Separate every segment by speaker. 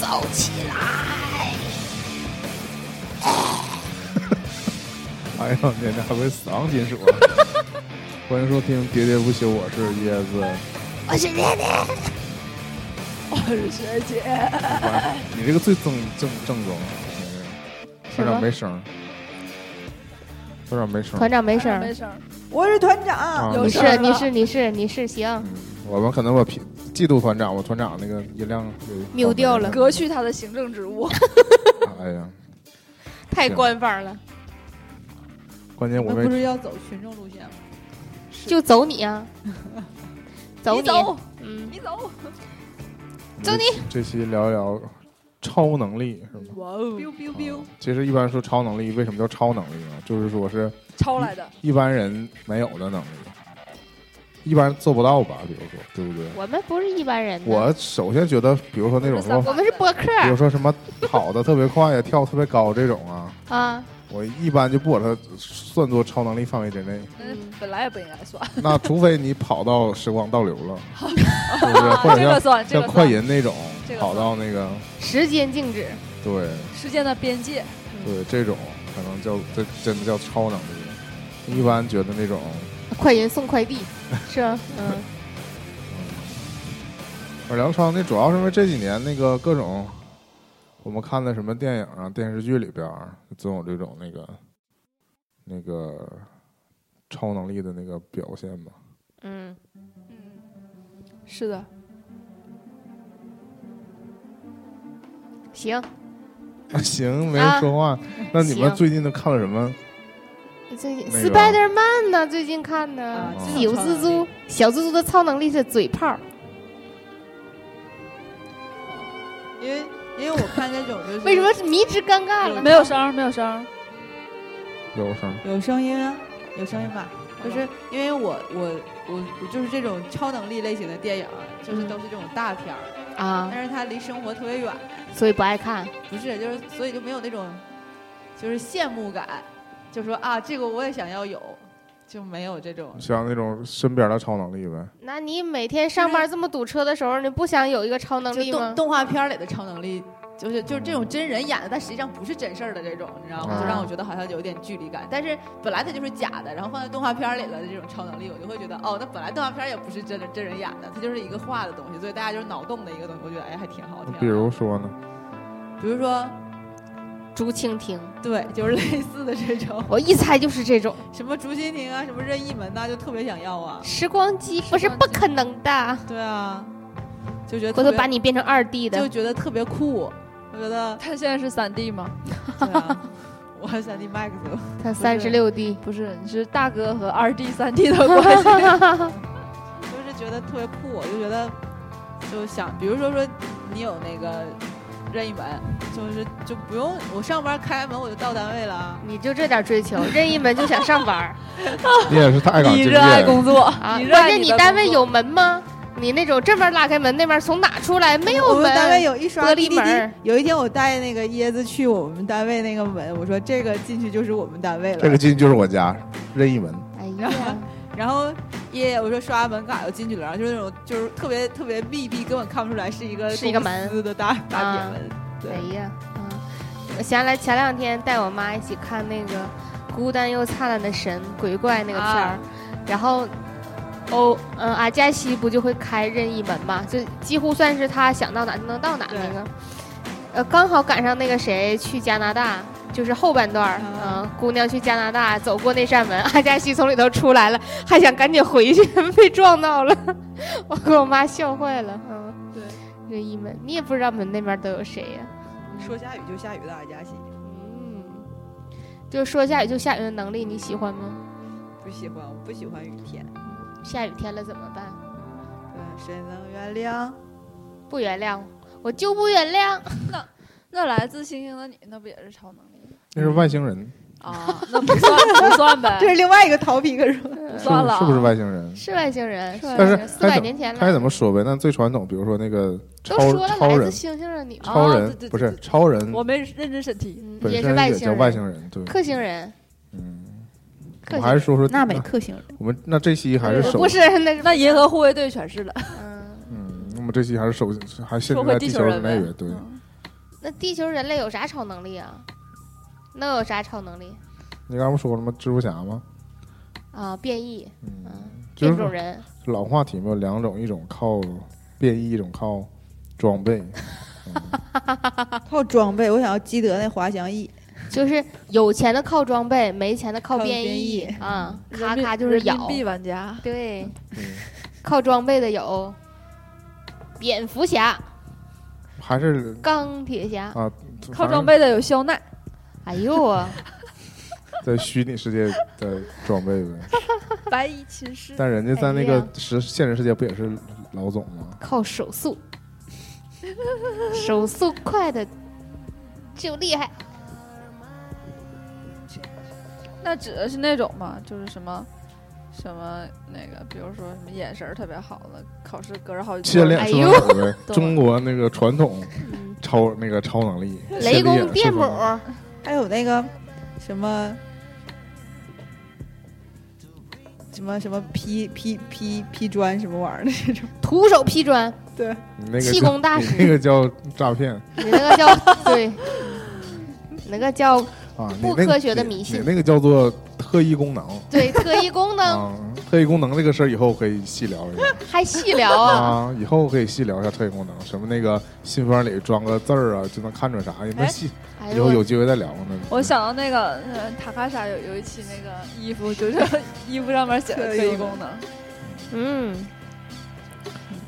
Speaker 1: 跑起来。
Speaker 2: 哎呦，那那还不是死亡金属啊！ 欢迎收听《喋喋不休》，我是椰子。
Speaker 1: 我是念念，我是学姐。
Speaker 2: 哇你这个最正正正宗啊，真是
Speaker 3: 什
Speaker 2: 团
Speaker 3: 么
Speaker 2: 长没声儿，团长没声儿
Speaker 3: 团。长没声儿，
Speaker 4: 没事儿，
Speaker 1: 我是团长
Speaker 2: 啊
Speaker 3: 你
Speaker 4: 有事
Speaker 3: 是
Speaker 4: 儿了
Speaker 3: 你是你是你是行，
Speaker 2: 嗯，我们可能我平嫉妒团长，我团长那个音量有一
Speaker 3: 谬掉了
Speaker 4: 革去他的行政职务。
Speaker 2: 哎呀，
Speaker 3: 太
Speaker 2: 行
Speaker 3: 官方了，
Speaker 2: 关键
Speaker 5: 我
Speaker 2: 我
Speaker 5: 们不
Speaker 2: 们
Speaker 5: 是要走群众路线吗？
Speaker 3: 就走你啊， 走
Speaker 4: 你走，
Speaker 3: 嗯，
Speaker 4: 你走。
Speaker 3: 走你
Speaker 2: 这期聊一聊超能力是吧？
Speaker 4: 哇哦
Speaker 5: biu biu biu，
Speaker 2: 其实一般说超能力，为什么叫超能力呢？就是说是
Speaker 4: 抄来的，
Speaker 2: 一般人没有的能力，一般人做不到吧？比如说，对不对？
Speaker 3: 我们不是一般人呢，
Speaker 2: 我哎首先觉得，比如说那种什么，
Speaker 3: 我们是播客
Speaker 2: 比如说什么跑得特别快呀、跳得特别高这种啊，
Speaker 3: 啊，
Speaker 2: 我一般就不把它算作超能力范围之 内。
Speaker 3: 嗯
Speaker 4: 本来也不应该算。
Speaker 2: 那除非你跑到时光倒流了，是不是？或者
Speaker 4: 这个
Speaker 2: 像
Speaker 4: 算，这
Speaker 2: 像
Speaker 4: 个
Speaker 2: 快
Speaker 4: 算。
Speaker 2: 银那种
Speaker 4: 这个
Speaker 2: 跑到那个，
Speaker 3: 时间静止，
Speaker 2: 对
Speaker 4: 时间的边界，
Speaker 2: 对，这种可能叫这真的叫超能力。一般觉得那种，
Speaker 3: 快银送快递，是吧？嗯，
Speaker 2: 而梁超那主要是因为这几年那个各种我们看的什么电影啊、电视剧里边儿，总有这种那个那个超能力的那个表现嘛。
Speaker 3: 嗯，
Speaker 4: 嗯，是的，
Speaker 3: 行，
Speaker 2: 啊 行，没人说话。那你们
Speaker 3: 行
Speaker 2: 最近都看了什么？
Speaker 3: 最近
Speaker 2: 那个
Speaker 3: Spider Man 呢？最近看呢
Speaker 5: 啊，
Speaker 3: 有蜘蛛，小蜘蛛的超能力是嘴炮，
Speaker 5: 因为因为我看那种就是
Speaker 3: 为什么是迷之尴尬了？
Speaker 4: 嗯没有声儿，没有声儿。
Speaker 2: 有声儿？
Speaker 5: 有声音啊，有声音吧？就是因为我我我我就是这种超能力类型的电影啊，就是都是这种大片儿，
Speaker 3: 啊，
Speaker 5: 但是它离生活特别远，
Speaker 3: 所以不爱看。
Speaker 5: 不是就是所以就没有那种就是羡慕感，就说啊这个我也想要有，就没有这种。
Speaker 2: 像那种身边的超能力呗。
Speaker 3: 那你每天上班这么堵车的时候，你不想有一个超能
Speaker 5: 就
Speaker 3: 力吗
Speaker 5: 动？动画片儿里的超能力，就是就是这种真人演的，但实际上不是真事儿的这种，你知道吗？
Speaker 2: 啊
Speaker 5: 就让我觉得好像有点距离感。但是本来它就是假的，然后放在动画片儿里了的这种超能力，我就会觉得哦，那本来动画片儿也不是真的真人演的，它就是一个画的东西，所以大家就是脑洞的一个东西，我觉得哎还挺好。挺好
Speaker 2: 比如说呢？
Speaker 5: 比如说
Speaker 3: 竹蜻蜓，
Speaker 5: 对，就是类似的这种，
Speaker 3: 我一猜就是这种。
Speaker 5: 什么竹蜻蜓啊，什么任意门呐、就特别想要啊。
Speaker 3: 时光机不是不可能的，
Speaker 5: 对啊，就觉得
Speaker 3: 回头
Speaker 5: 特别
Speaker 3: 把你变成二 D
Speaker 5: 就
Speaker 3: 的。
Speaker 5: 觉得特别酷，我觉得
Speaker 4: 他现在是三 D 吗？
Speaker 5: 对啊，我还想你 Max
Speaker 3: 他三十六 D，
Speaker 4: 不是，你是大哥和二 D、三 D 的关 系。
Speaker 5: 就是觉得特别酷，我就觉得就想，比如说说你有那个任意门，就是就不用我上班开门我就到单位了啊。
Speaker 3: 你就这点追求，任意门就想上班儿
Speaker 2: 你也是太敢
Speaker 4: 你
Speaker 2: 敬
Speaker 4: 热爱
Speaker 2: 业。
Speaker 4: 工作
Speaker 3: 啊？，
Speaker 4: 热
Speaker 3: 关
Speaker 4: 爱
Speaker 3: 键
Speaker 4: 你
Speaker 3: 你
Speaker 4: 的
Speaker 3: 单
Speaker 4: 工
Speaker 3: 位
Speaker 4: 作
Speaker 3: 有门吗？你那种这边拉开门，那边从哪出来？没
Speaker 5: 我
Speaker 3: 有
Speaker 5: 们单位
Speaker 3: 门，
Speaker 5: 有一刷
Speaker 3: 玻璃
Speaker 5: DDD
Speaker 3: 门
Speaker 5: 有一天我带那个椰子去我们单位那个门，我说这个进去就是我们单位了。
Speaker 2: 这个进就是我家任意门，
Speaker 3: 哎呀，
Speaker 5: 然后椰我说刷门卡就进去了，然后就是那种就是特别特别密闭，根本看不出来是一个
Speaker 3: 是一个门
Speaker 5: 公司的大大铁门。对
Speaker 3: 哎呀，嗯，我想起来前两天带我妈一起看那个《孤单又灿烂的神》鬼怪那个片儿，
Speaker 4: 啊
Speaker 3: 然后哦，嗯，阿加西不就会开任意门嘛，就几乎算是他想到哪就能到哪
Speaker 5: 对
Speaker 3: 那个。呃，刚好赶上那个谁去加拿大，就是后半段儿，嗯、
Speaker 5: 啊
Speaker 3: 姑娘去加拿大走过那扇门，阿加西从里头出来了，还想赶紧回去， 被撞到了， 我给我妈笑坏了，嗯。
Speaker 5: 对，
Speaker 3: 任意门，你也不知道门那边都有谁呀、
Speaker 5: 说下雨就下雨的阿加西
Speaker 3: 嗯，就说下雨就下雨的能力，你喜欢吗？
Speaker 5: 不喜欢，我不喜欢雨天。
Speaker 3: 下雨天了怎么办？
Speaker 5: 对，谁能原谅？
Speaker 3: 不原谅我，我就不原谅。
Speaker 4: 那来自星星的你，那不也是超能力吗？
Speaker 2: 那是外星人，
Speaker 4: 啊，那不算，不 算 呗，
Speaker 5: 这是另外一个 topic 是吧？
Speaker 4: 不
Speaker 2: 是不
Speaker 4: 算
Speaker 2: 是
Speaker 4: 了，啊
Speaker 2: 是不是？外星人？
Speaker 3: 是外星人，
Speaker 4: 是外
Speaker 2: 但是
Speaker 3: 啊四
Speaker 2: 该
Speaker 3: 百
Speaker 2: 怎
Speaker 3: 年前
Speaker 2: 该
Speaker 3: 了，
Speaker 2: 怎么说呗？那最传统，比如说那个
Speaker 3: 都
Speaker 2: 超
Speaker 3: 说了
Speaker 2: 超
Speaker 3: 来自
Speaker 2: 人，
Speaker 3: 星星的你吗？
Speaker 2: 超
Speaker 4: 哦对
Speaker 2: 人
Speaker 4: 对对
Speaker 2: 不是
Speaker 4: 对
Speaker 2: 超人，
Speaker 4: 我没认真审题。
Speaker 3: 嗯
Speaker 2: 本
Speaker 3: 也
Speaker 2: 身
Speaker 3: 是外
Speaker 2: 也
Speaker 3: 星
Speaker 2: 叫
Speaker 3: 人，
Speaker 2: 外星人，对，
Speaker 3: 克星人，
Speaker 2: 嗯。我
Speaker 3: 克
Speaker 2: 们
Speaker 3: 星
Speaker 2: 还是说说
Speaker 5: 纳美克星人，
Speaker 2: 我们那这期还是
Speaker 3: 人
Speaker 2: 首
Speaker 3: 不是那是
Speaker 4: 那银河护卫队全是了，
Speaker 3: 嗯
Speaker 2: 嗯，那么这期还是首还限
Speaker 4: 说
Speaker 2: 制
Speaker 4: 回
Speaker 2: 在
Speaker 4: 地
Speaker 2: 地
Speaker 4: 球
Speaker 2: 球
Speaker 4: 人
Speaker 2: 内
Speaker 4: 呗
Speaker 2: 对，
Speaker 4: 嗯
Speaker 3: 那地球人类有啥超能力啊？能有啥超能力
Speaker 2: 你刚不说了吗？蜘蛛侠吗？
Speaker 3: 啊？变异，
Speaker 2: 嗯
Speaker 3: 嗯，
Speaker 2: 就
Speaker 3: 变
Speaker 2: 是
Speaker 3: 种
Speaker 2: 说
Speaker 3: 人，
Speaker 2: 老话题嘛，有两种，一种靠变异，一种靠装备。
Speaker 5: 靠装备，我想要基德那滑翔翼，
Speaker 3: 就是有钱的靠装备，没钱的靠
Speaker 5: 靠
Speaker 3: 变
Speaker 5: 变
Speaker 3: 异
Speaker 5: 异
Speaker 3: 啊，咔
Speaker 4: 人民
Speaker 3: 咔就是
Speaker 4: 人
Speaker 3: 咬
Speaker 4: 民，币玩家，
Speaker 3: 对，
Speaker 2: 嗯，
Speaker 3: 靠装备的有蝙蝠侠、
Speaker 2: 还是
Speaker 3: 钢铁侠，
Speaker 2: 啊，
Speaker 4: 靠装备的有 肖奈，
Speaker 3: 哎呦我，
Speaker 2: 反正在虚拟世界的装备 呗。
Speaker 4: 白衣骑士，
Speaker 2: 但人家在那
Speaker 3: 哎
Speaker 2: 个
Speaker 3: 呀
Speaker 2: 实现实世界不也是老总吗？
Speaker 3: 靠手 速，手速快的就厉害，
Speaker 4: 那指的是那种吗？就是什么什么那个，比如说什么眼神儿特别好的，考试隔着好几
Speaker 2: 切
Speaker 4: 分儿
Speaker 2: 脸
Speaker 3: 哎
Speaker 2: 说
Speaker 3: 呦
Speaker 2: 脑呗，
Speaker 4: 懂
Speaker 2: 中国那个传统
Speaker 3: 嗯
Speaker 2: 超那个超能力，啊
Speaker 3: 雷公
Speaker 2: 电
Speaker 3: 电母，
Speaker 5: 还有那个什么什么什么劈劈劈劈砖什么玩意儿的这种，
Speaker 3: 徒手劈砖，
Speaker 5: 对，
Speaker 2: 啊你那个
Speaker 3: 气
Speaker 2: 叫
Speaker 3: 功大
Speaker 2: 你
Speaker 3: 师
Speaker 2: 那个叫诈骗
Speaker 3: 你那个叫 对，你那个叫
Speaker 2: 啊，你
Speaker 3: 不
Speaker 2: 那个
Speaker 3: 科学的
Speaker 2: 你
Speaker 3: 迷信嗯
Speaker 2: 你那个叫做特异功能
Speaker 3: 对特异功能，
Speaker 2: 啊，特异功能这个事儿以后可以细聊一下。
Speaker 3: 还细聊啊，
Speaker 2: 啊，以后可以细聊一下特异功能，什么那个信封里装个字儿啊，就能看出啥。那
Speaker 4: 哎
Speaker 2: 细
Speaker 3: 哎
Speaker 2: 以后
Speaker 3: 呦
Speaker 2: 有
Speaker 3: 我，
Speaker 2: 机会再聊呢。
Speaker 4: 我想到那个呃塔卡莎有有一期那个衣服，就是衣服上面写的
Speaker 5: 特
Speaker 4: 特异
Speaker 5: 有
Speaker 4: 功能，
Speaker 3: 嗯，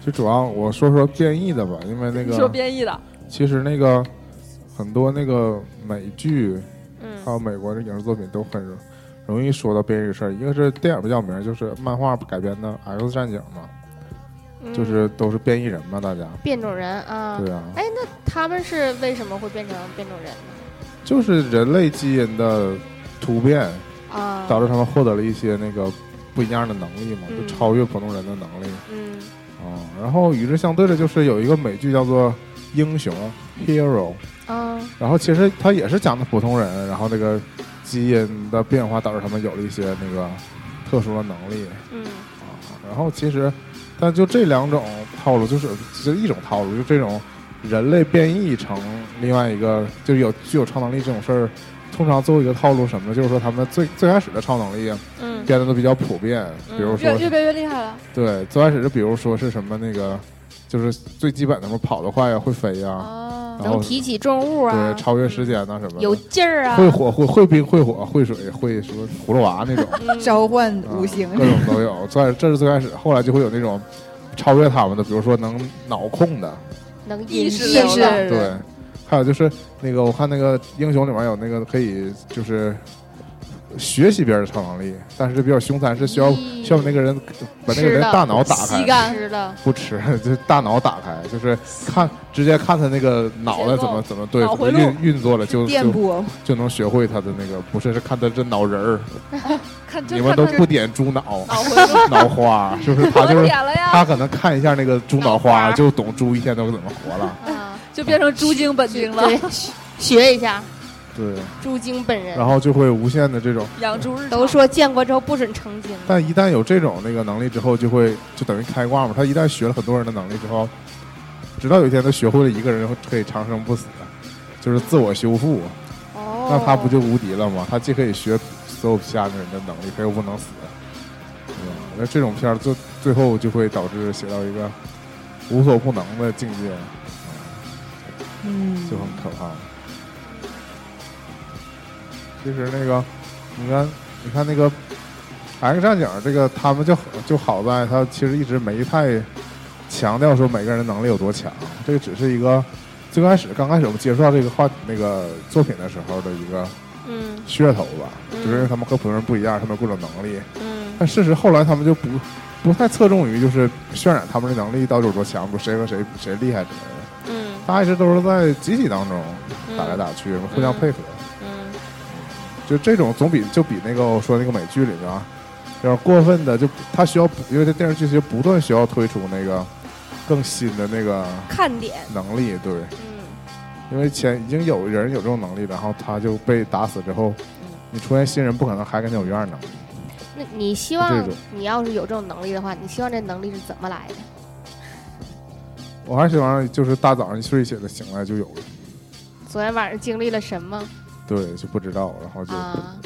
Speaker 2: 就主要我说说变异的吧，因为那
Speaker 4: 你说
Speaker 2: 个
Speaker 4: 变异的，
Speaker 2: 其实那个很多那个美剧
Speaker 3: 嗯，
Speaker 2: 还有美国的影视作品都很容易说到变异的事儿。一个是电影比较有名，就是漫画改编的《X 战警》嘛，
Speaker 3: 嗯
Speaker 2: 就是都是变异人嘛，大家。
Speaker 3: 变种人啊，
Speaker 2: 对啊，
Speaker 3: 哎，那他们是为什么会变成变种人呢？
Speaker 2: 就是人类基因的突变，
Speaker 3: 啊，
Speaker 2: 导致他们获得了一些那个不一样的能力嘛，就
Speaker 3: 嗯
Speaker 2: 超越普通人的能力。
Speaker 3: 嗯
Speaker 2: 哦，然后与之相对的就是有一个美剧叫做《英雄》（Hero），
Speaker 3: 啊
Speaker 2: 然后其实它也是讲的普通人，然后那个基因的变化导致他们有了一些那个特殊的能力
Speaker 3: 嗯
Speaker 2: 啊。然后其实，但就这两种套路，就是就一种套路，就这种人类变异成另外一个，就是有具有超能力这种事儿。通常作为一个套路什么呢？就是说他们最最开始的超能力
Speaker 3: 嗯
Speaker 2: 变得都比较普遍，比如
Speaker 3: 嗯
Speaker 2: 说
Speaker 4: 越越变越厉害了。
Speaker 2: 对，最开始就比如说是什么那个，就是最基本的嘛，跑得快呀，会飞呀，
Speaker 4: 啊
Speaker 2: 然后
Speaker 3: 能提起重物啊，
Speaker 2: 对，超越时间呐什么的，
Speaker 3: 有劲儿啊，
Speaker 2: 会火会会冰会火会水会什么葫芦娃那种，
Speaker 3: 嗯
Speaker 5: 召唤
Speaker 2: 啊
Speaker 5: 五行，
Speaker 2: 各种都有。最开始这是最开始，后来就会有那种超越他们的，比如说能脑控的，
Speaker 3: 能
Speaker 4: 意
Speaker 3: 引
Speaker 4: 识
Speaker 3: 流
Speaker 4: 流
Speaker 3: 的
Speaker 4: 的
Speaker 2: 嗯对，还有就是那个我看那个英雄里面有那个可以就是。学习别人的超能力，但是比较凶残，是需要
Speaker 4: 嗯
Speaker 3: 咦
Speaker 2: 需要那个人把那个人
Speaker 3: 是的
Speaker 2: 大脑打开
Speaker 4: 吸，干
Speaker 3: 吃了，
Speaker 2: 不吃， 就大脑打开，就是看直接看他那个脑袋怎么怎么对
Speaker 4: 脑
Speaker 2: 怎么
Speaker 4: 回路
Speaker 2: 运运作了，就
Speaker 5: 电
Speaker 2: 就
Speaker 5: 波
Speaker 2: 就能学会他的那个，不是是看他这脑仁儿，
Speaker 4: 看就
Speaker 2: 你
Speaker 4: 看
Speaker 2: 们都
Speaker 4: 看
Speaker 2: 不点猪 脑
Speaker 4: 脑 回路，
Speaker 2: 脑花，是不是？他
Speaker 4: 我
Speaker 2: 就是
Speaker 4: 点了呀，
Speaker 2: 他可能看一下那个猪脑
Speaker 4: 脑
Speaker 2: 花，
Speaker 4: 花
Speaker 2: 就懂猪一天都怎么活 了。
Speaker 3: 啊，
Speaker 4: 就变成猪精本精了，
Speaker 3: 对，学学一下
Speaker 2: 对，
Speaker 3: 朱晶本人
Speaker 2: 然。后就会无限的这种，
Speaker 4: 养猪日
Speaker 3: 都
Speaker 4: 常
Speaker 3: 说建国之后不准成精，
Speaker 2: 但一旦有这种那个能力之后，就会就等于开挂嘛。他一旦学了很多人的能力之后，直到有一天他学会了一个人可以长生不死，就是自我修复。
Speaker 3: 哦
Speaker 2: 那他不就无敌了吗？他既可以学所有其他的人的能力，他又不能死。对吧那这种片儿最最后就会导致写到一个无所不能的境界，
Speaker 5: 嗯
Speaker 2: 就很可怕。其实那个，你看，你看那个《X 战警》这个，他们就就好在他其实一直没太强调说每个人能力有多强，这个只是一个最开始刚开始我们接触到这个话那个作品的时候的一个
Speaker 3: 嗯
Speaker 2: 噱头吧，
Speaker 3: 嗯
Speaker 2: 就是因为他们和普通人不一样，他们有各种能力。
Speaker 3: 嗯
Speaker 2: 但事实后来他们就不不太侧重于就是渲染他们的能力到底有多强，不谁和谁谁厉害之类的。
Speaker 3: 嗯
Speaker 2: 大家一直都是在集体当中
Speaker 3: 嗯，
Speaker 2: 打来打去，互相配合。
Speaker 3: 嗯，
Speaker 2: 就这种总比就比那个我说那个美剧里边啊，有点过分的，就他需要因为这电视剧其实不断需要推出那个更新的那个
Speaker 3: 看点，
Speaker 2: 能力，对，
Speaker 3: 嗯
Speaker 2: 因为前已经有人有这种能力，然后他就被打死之后，
Speaker 3: 嗯
Speaker 2: 你出现新人不可能还跟你有一样能力。
Speaker 3: 那你希
Speaker 2: 这
Speaker 3: 望
Speaker 2: 种
Speaker 3: 你要是有这种能力的话，你希望这能力是怎么来的？
Speaker 2: 我还是喜欢就是大早上一睡起来醒来就有了，
Speaker 3: 昨天晚上经历了什么
Speaker 2: 对，就不知道，然后就
Speaker 3: 啊？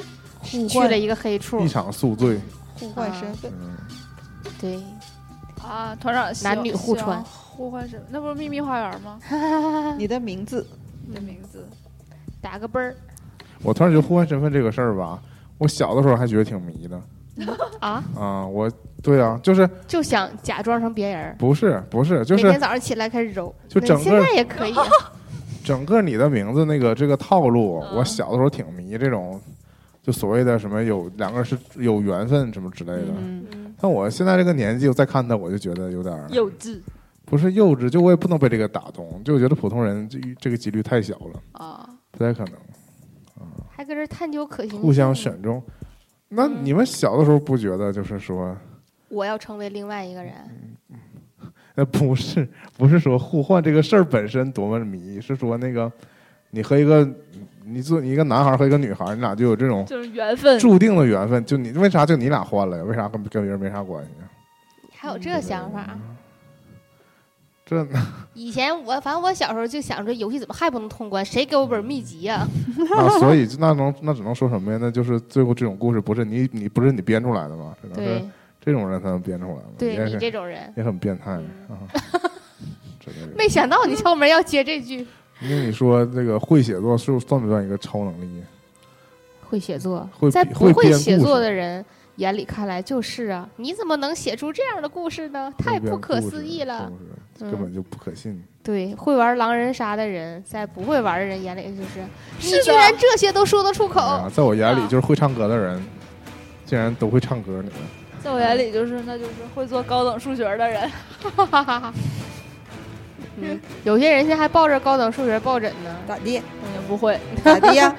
Speaker 5: 互
Speaker 3: 去了
Speaker 5: 换
Speaker 3: 一个黑处
Speaker 2: 一，场宿醉，
Speaker 5: 互换身份，
Speaker 2: 嗯，
Speaker 3: 对，
Speaker 4: 啊，团长希望
Speaker 3: 男女互穿
Speaker 4: 希望互换身份，那不是秘密花园吗？
Speaker 3: 啊
Speaker 5: 你的名字
Speaker 4: 你的名字
Speaker 3: 打个啵儿
Speaker 2: 我突然觉得互换身份这个事儿吧，我小的时候还觉得挺迷的
Speaker 3: 啊，
Speaker 2: 啊、我对啊，就是
Speaker 3: 就想假装成别人儿，
Speaker 2: 不是不是，就
Speaker 3: 每
Speaker 2: 是
Speaker 3: 天早上起来开始揉，
Speaker 2: 就
Speaker 3: 那
Speaker 2: 整
Speaker 3: 现
Speaker 2: 个
Speaker 3: 在也可 以啊，
Speaker 2: 整个你的名字那个这个套路，
Speaker 4: 嗯
Speaker 2: 我小的时候挺迷这种，就所谓的什么有两个人是有缘分什么之类的。
Speaker 5: 嗯，
Speaker 3: 嗯
Speaker 2: 但我现在这个年纪，我再看他，我就觉得有点儿
Speaker 4: 幼稚
Speaker 2: 不是幼稚，就我也不能被这个打动，就我觉得普通人这这个几率太小了，
Speaker 4: 啊，
Speaker 2: 不太可能
Speaker 3: 还搁这探究可行性，
Speaker 2: 互相选中。那你们小的时候不觉得就是说，
Speaker 3: 我要成为另外一个人，
Speaker 2: 呃，不是不是说互换这个事儿本身多么迷，是说那个你和一个你做你一个男孩儿和一个女孩儿，你俩就有这种
Speaker 4: 就是缘分
Speaker 2: 注定的缘分，就你为啥就你俩换了呀？为啥跟跟别人没啥关系啊？
Speaker 3: 还有这想法？啊
Speaker 2: 嗯 这
Speaker 3: 以前我反正我小时候就想着游戏怎么还不能通关，谁给我本秘籍呀、啊
Speaker 2: 那所以那能那只能说什么呀？那就是最后这种故事不是你你不是你编出来的吗？只能是
Speaker 3: 对，
Speaker 2: 这种人才能编出来嘛。
Speaker 3: 对
Speaker 2: 嗯也
Speaker 3: 你
Speaker 2: 是
Speaker 3: 这种嗯人，
Speaker 2: 也很变态 啊。真的
Speaker 3: 没想到你敲门要接这句。
Speaker 2: 是，那你说这个会写作是算不算一个超能力？
Speaker 3: 会写作
Speaker 2: 会，
Speaker 3: 在
Speaker 2: 比
Speaker 3: 不
Speaker 2: 会
Speaker 3: 会
Speaker 2: 编
Speaker 3: 写
Speaker 2: 故
Speaker 3: 作
Speaker 2: 事
Speaker 3: 的人眼里看来就是啊，你怎么能写出这样的故事呢？太不可思议了。，嗯
Speaker 2: 根本就不可信。
Speaker 3: 对，会玩狼人杀的人，在不会玩的人眼里就是，
Speaker 4: 是
Speaker 3: 你
Speaker 4: 的
Speaker 3: 居然这些都说得出口，
Speaker 2: 啊，
Speaker 4: 哦
Speaker 2: 在我眼里就是会唱歌的人，竟然都会唱歌，你们
Speaker 4: 在我眼里就是那就是会做高等数学的人，
Speaker 3: 哈哈哈哈。嗯，有些人现在还抱着高等数学抱枕呢，
Speaker 5: 咋地？
Speaker 4: 我也不会。
Speaker 5: 咋地呀？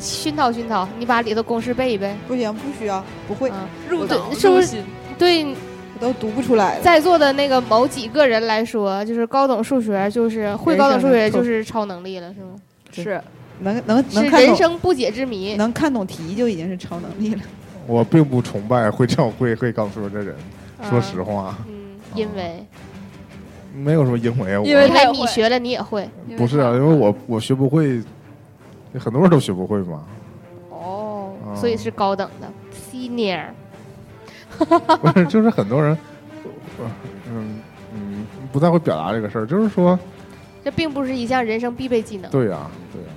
Speaker 3: 熏陶熏陶，你把里头公式背一背。
Speaker 5: 啊不行，不需要，不会，
Speaker 3: 啊，
Speaker 4: 入
Speaker 3: 对
Speaker 4: 党
Speaker 3: 是不是
Speaker 4: 心？
Speaker 3: 对
Speaker 5: 我都读不出来了。
Speaker 3: 在座的那个某几个人来说，就是高等数学，就是会高等数学就是超能力了，是吗？
Speaker 4: 是
Speaker 5: 能能
Speaker 3: 是
Speaker 5: 能看
Speaker 3: 人
Speaker 5: 懂，
Speaker 3: 生不解之谜。
Speaker 5: 能看懂题就已经是超能力了。
Speaker 2: 我并不崇拜会唱会会高数的人，说
Speaker 3: 啊
Speaker 2: 实话，
Speaker 3: 嗯，因为
Speaker 2: 没有什么因为我，
Speaker 4: 因为哦他也
Speaker 3: 你
Speaker 4: 会
Speaker 3: 学了，你也会。
Speaker 4: 因为
Speaker 2: 不是啊，
Speaker 4: 他
Speaker 2: 因为我我学不会，很多人都学不会嘛。
Speaker 3: 哦
Speaker 2: 哦
Speaker 3: 所以是高等的 senior。
Speaker 2: 不是，就是很多人，呃嗯嗯，不太会表达这个事儿，就是说，
Speaker 3: 这并不是一项人生必备技能，
Speaker 2: 对呀、对呀、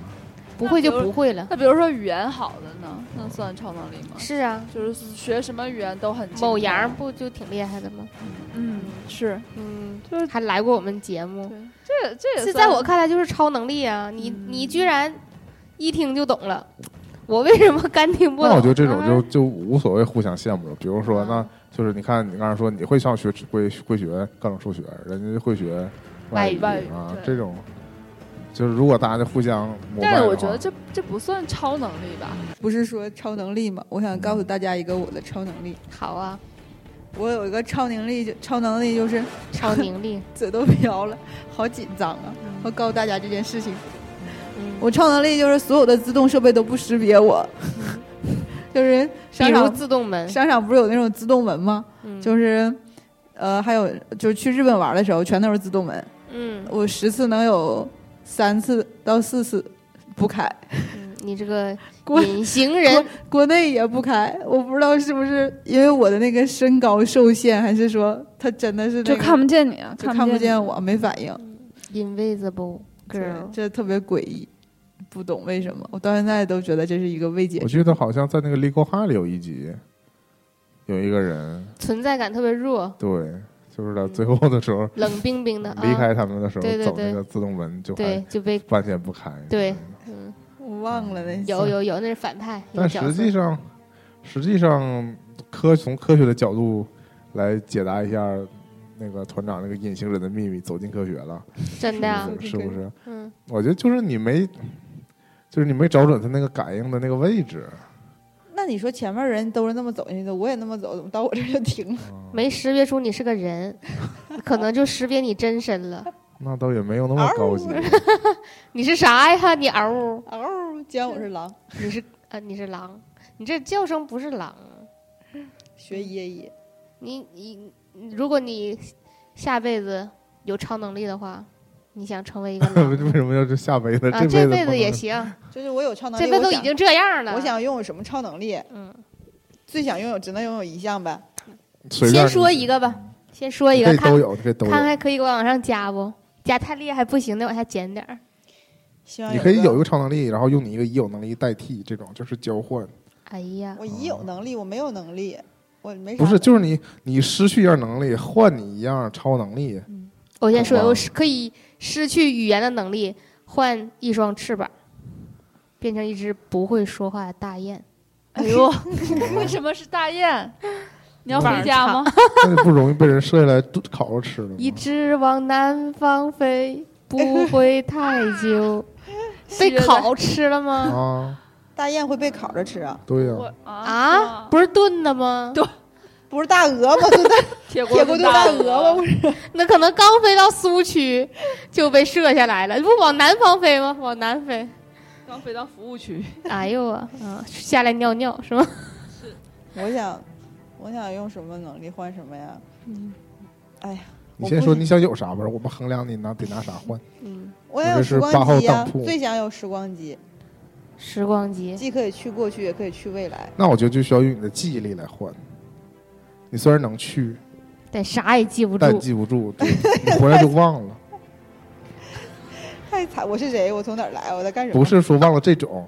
Speaker 3: 不会就不会了。
Speaker 4: 那比如说语言好的呢，那算超能力吗？
Speaker 3: 是啊，
Speaker 4: 就是学什么语言都很精通
Speaker 3: 某嗯羊，不就挺厉害的吗？
Speaker 4: 嗯，是
Speaker 3: 嗯，
Speaker 4: 就是
Speaker 3: 还来过我们节目，
Speaker 4: 对，这这也
Speaker 3: 是
Speaker 4: 算
Speaker 3: 在我看来就是超能力啊！你
Speaker 4: 嗯
Speaker 3: 你居然一听就懂了，我为什么干听不懂？
Speaker 2: 那我觉得这
Speaker 4: 嗯
Speaker 2: 种就
Speaker 3: 啊
Speaker 2: 就无所谓互相羡慕了。比如说，那就是你看你刚才说你会上学会会学各种数学，人家会学
Speaker 3: 外
Speaker 2: 语
Speaker 4: 语外语
Speaker 2: 啊，
Speaker 4: 对
Speaker 2: 这种就是如果大家就互相膜拜
Speaker 4: 但
Speaker 2: 的
Speaker 4: 是
Speaker 2: 话，
Speaker 4: 我觉得这这不算超能力吧？
Speaker 5: 不是说超能力吗？我想
Speaker 3: 嗯
Speaker 5: 告诉大家一个我的超能力。
Speaker 3: 好啊，
Speaker 5: 我有一个超能力，就超能力就是
Speaker 3: 超能 力。
Speaker 5: 嘴都瓢了，好紧张啊！我告诉大家这件事情，
Speaker 3: 嗯，
Speaker 5: 我超能力就是所有的自动设备都不识别我， 就是
Speaker 3: 嗯比
Speaker 5: 商
Speaker 3: 如
Speaker 5: 场
Speaker 3: 自动门，
Speaker 5: 商场不是有那种自动门吗？
Speaker 3: 嗯
Speaker 5: 就是。呃，还有就是去日本玩的时候，全都是自动门。
Speaker 3: 嗯，
Speaker 5: 我十次能有三次到四次不开，
Speaker 3: 嗯你这个
Speaker 5: 滚
Speaker 3: 隐形人，
Speaker 5: 国内也不开。我不知道是不是因为我的那个身高受限，还是说他真的是、那个、
Speaker 4: 就看不见你啊，
Speaker 5: 就看不
Speaker 4: 见
Speaker 5: 见
Speaker 4: 你
Speaker 5: 我，没反应。
Speaker 3: Invisible
Speaker 5: 对
Speaker 3: girl，，
Speaker 5: 这特别诡异，不懂为什么，我到现在都觉得这是一个未解
Speaker 2: 我
Speaker 5: 之
Speaker 2: 记得好像在那个《Legal High》里有一集，有一个人
Speaker 3: 存在感特别弱，
Speaker 2: 对，就是到最后的时候、
Speaker 3: 冷冰冰
Speaker 4: 嗯
Speaker 3: 的。
Speaker 2: 离
Speaker 3: 啊、
Speaker 2: 开他们的时候，
Speaker 3: 对对
Speaker 2: 走
Speaker 3: 对
Speaker 2: 那个自动门就还
Speaker 3: 对，就被
Speaker 2: 半天不开。
Speaker 3: 对
Speaker 2: 嗯
Speaker 3: 嗯，
Speaker 5: 我忘了那
Speaker 3: 有有有，那是反派。那个
Speaker 2: 但
Speaker 3: 角
Speaker 2: 实
Speaker 3: 色
Speaker 2: 际上，实际上科从科学的角度来解答一下那个团长那个隐形人的秘密，走进科学了，
Speaker 3: 真的、啊
Speaker 5: 对，
Speaker 2: 是不是？
Speaker 3: 嗯，
Speaker 2: 我觉得就是你没，就是你没找准他那个感应的那个位置，
Speaker 5: 那你说前面人都是那么走进去的，我也那么走，怎么到我这儿就停了？
Speaker 3: 没识别出你是个人， 可能就识别你真身了。
Speaker 2: 那倒也没有那么高级。
Speaker 3: 你是啥呀？你嗷呜，
Speaker 5: 嗷，既然我是狼，
Speaker 3: 你是啊，你是狼，你这叫声不是狼。
Speaker 5: 学爷爷，
Speaker 3: 你你，你如果你下辈子有超能力的话，你想成为一个
Speaker 2: 为
Speaker 3: 狼
Speaker 2: 什么要是下辈子？
Speaker 3: 啊？
Speaker 2: 辈
Speaker 3: 这
Speaker 2: 子
Speaker 3: 辈
Speaker 2: 不
Speaker 3: 子也
Speaker 2: 能
Speaker 3: 行，
Speaker 5: 就是我有超能力，
Speaker 3: 这辈子都
Speaker 5: 我
Speaker 3: 已
Speaker 5: 想
Speaker 3: 经这样了。
Speaker 5: 我想拥有什么超能力？
Speaker 3: 嗯，
Speaker 5: 最想拥有只能拥有一项呗。
Speaker 2: 随便
Speaker 3: 先
Speaker 2: 你
Speaker 3: 说一个吧，先说一
Speaker 2: 这
Speaker 3: 个，看
Speaker 2: 都有，这都有
Speaker 3: 看。还可以往上加不？加太厉害不行，得往下减点儿。
Speaker 5: 希望
Speaker 2: 你可以
Speaker 5: 个
Speaker 2: 有一个超能力，然后用你一个已有能力代替，这种就是交换，
Speaker 3: 哎呀，
Speaker 5: 我已有能力，我没有能力，我没啥
Speaker 2: 不是
Speaker 5: 能
Speaker 2: 就是你你失去一样能力，换你一样超 能力，
Speaker 3: 我先说，
Speaker 2: 好吧
Speaker 3: 我是可以失去语言的能力，换一双翅膀，变成一只不会说话的大雁。
Speaker 4: 哎呦， 为什么是大雁？你要回家吗？
Speaker 2: 那就不容易被人射下来炖烤着吃了吗。
Speaker 3: 一只往南方飞，不会太 久。被烤吃了吗？
Speaker 2: 啊，
Speaker 5: 大雁会被烤着吃啊，
Speaker 2: 对呀、
Speaker 4: 我
Speaker 3: 啊，
Speaker 4: 啊！
Speaker 3: 不是炖的吗？
Speaker 5: 不是大鹅吗？就大
Speaker 4: 铁锅
Speaker 5: 铁锅
Speaker 4: 炖
Speaker 5: 炖大
Speaker 4: 大
Speaker 5: 鹅吗？不是，
Speaker 3: 那可能刚飞到苏区就被射下来了，不往南方飞吗？往南飞。
Speaker 4: 刚飞到服务区，
Speaker 3: 哎呦啊，嗯，下来尿尿是吗？
Speaker 5: 我想，我想用什么能力换什么呀？哎呀，
Speaker 2: 你
Speaker 5: 我
Speaker 2: 先
Speaker 5: 不
Speaker 2: 说
Speaker 5: 是
Speaker 2: 你想有啥吧，我们衡量你拿得拿啥换。
Speaker 3: 嗯，
Speaker 5: 我想
Speaker 2: 这
Speaker 5: 有
Speaker 2: 是
Speaker 5: 时
Speaker 2: 八号
Speaker 5: 光机呀、
Speaker 2: 当铺
Speaker 5: 最想有时光机，
Speaker 3: 时光机
Speaker 5: 既可以去过去，也可以去未来。
Speaker 2: 那我觉得就需要用你的记忆力来换。你虽然能去，
Speaker 3: 但啥也记不
Speaker 2: 但
Speaker 3: 住。
Speaker 2: 记不住，对你回来就忘了。
Speaker 5: 太惨！我是谁？我从哪儿来？我在干什么？
Speaker 2: 不，是说忘了这种，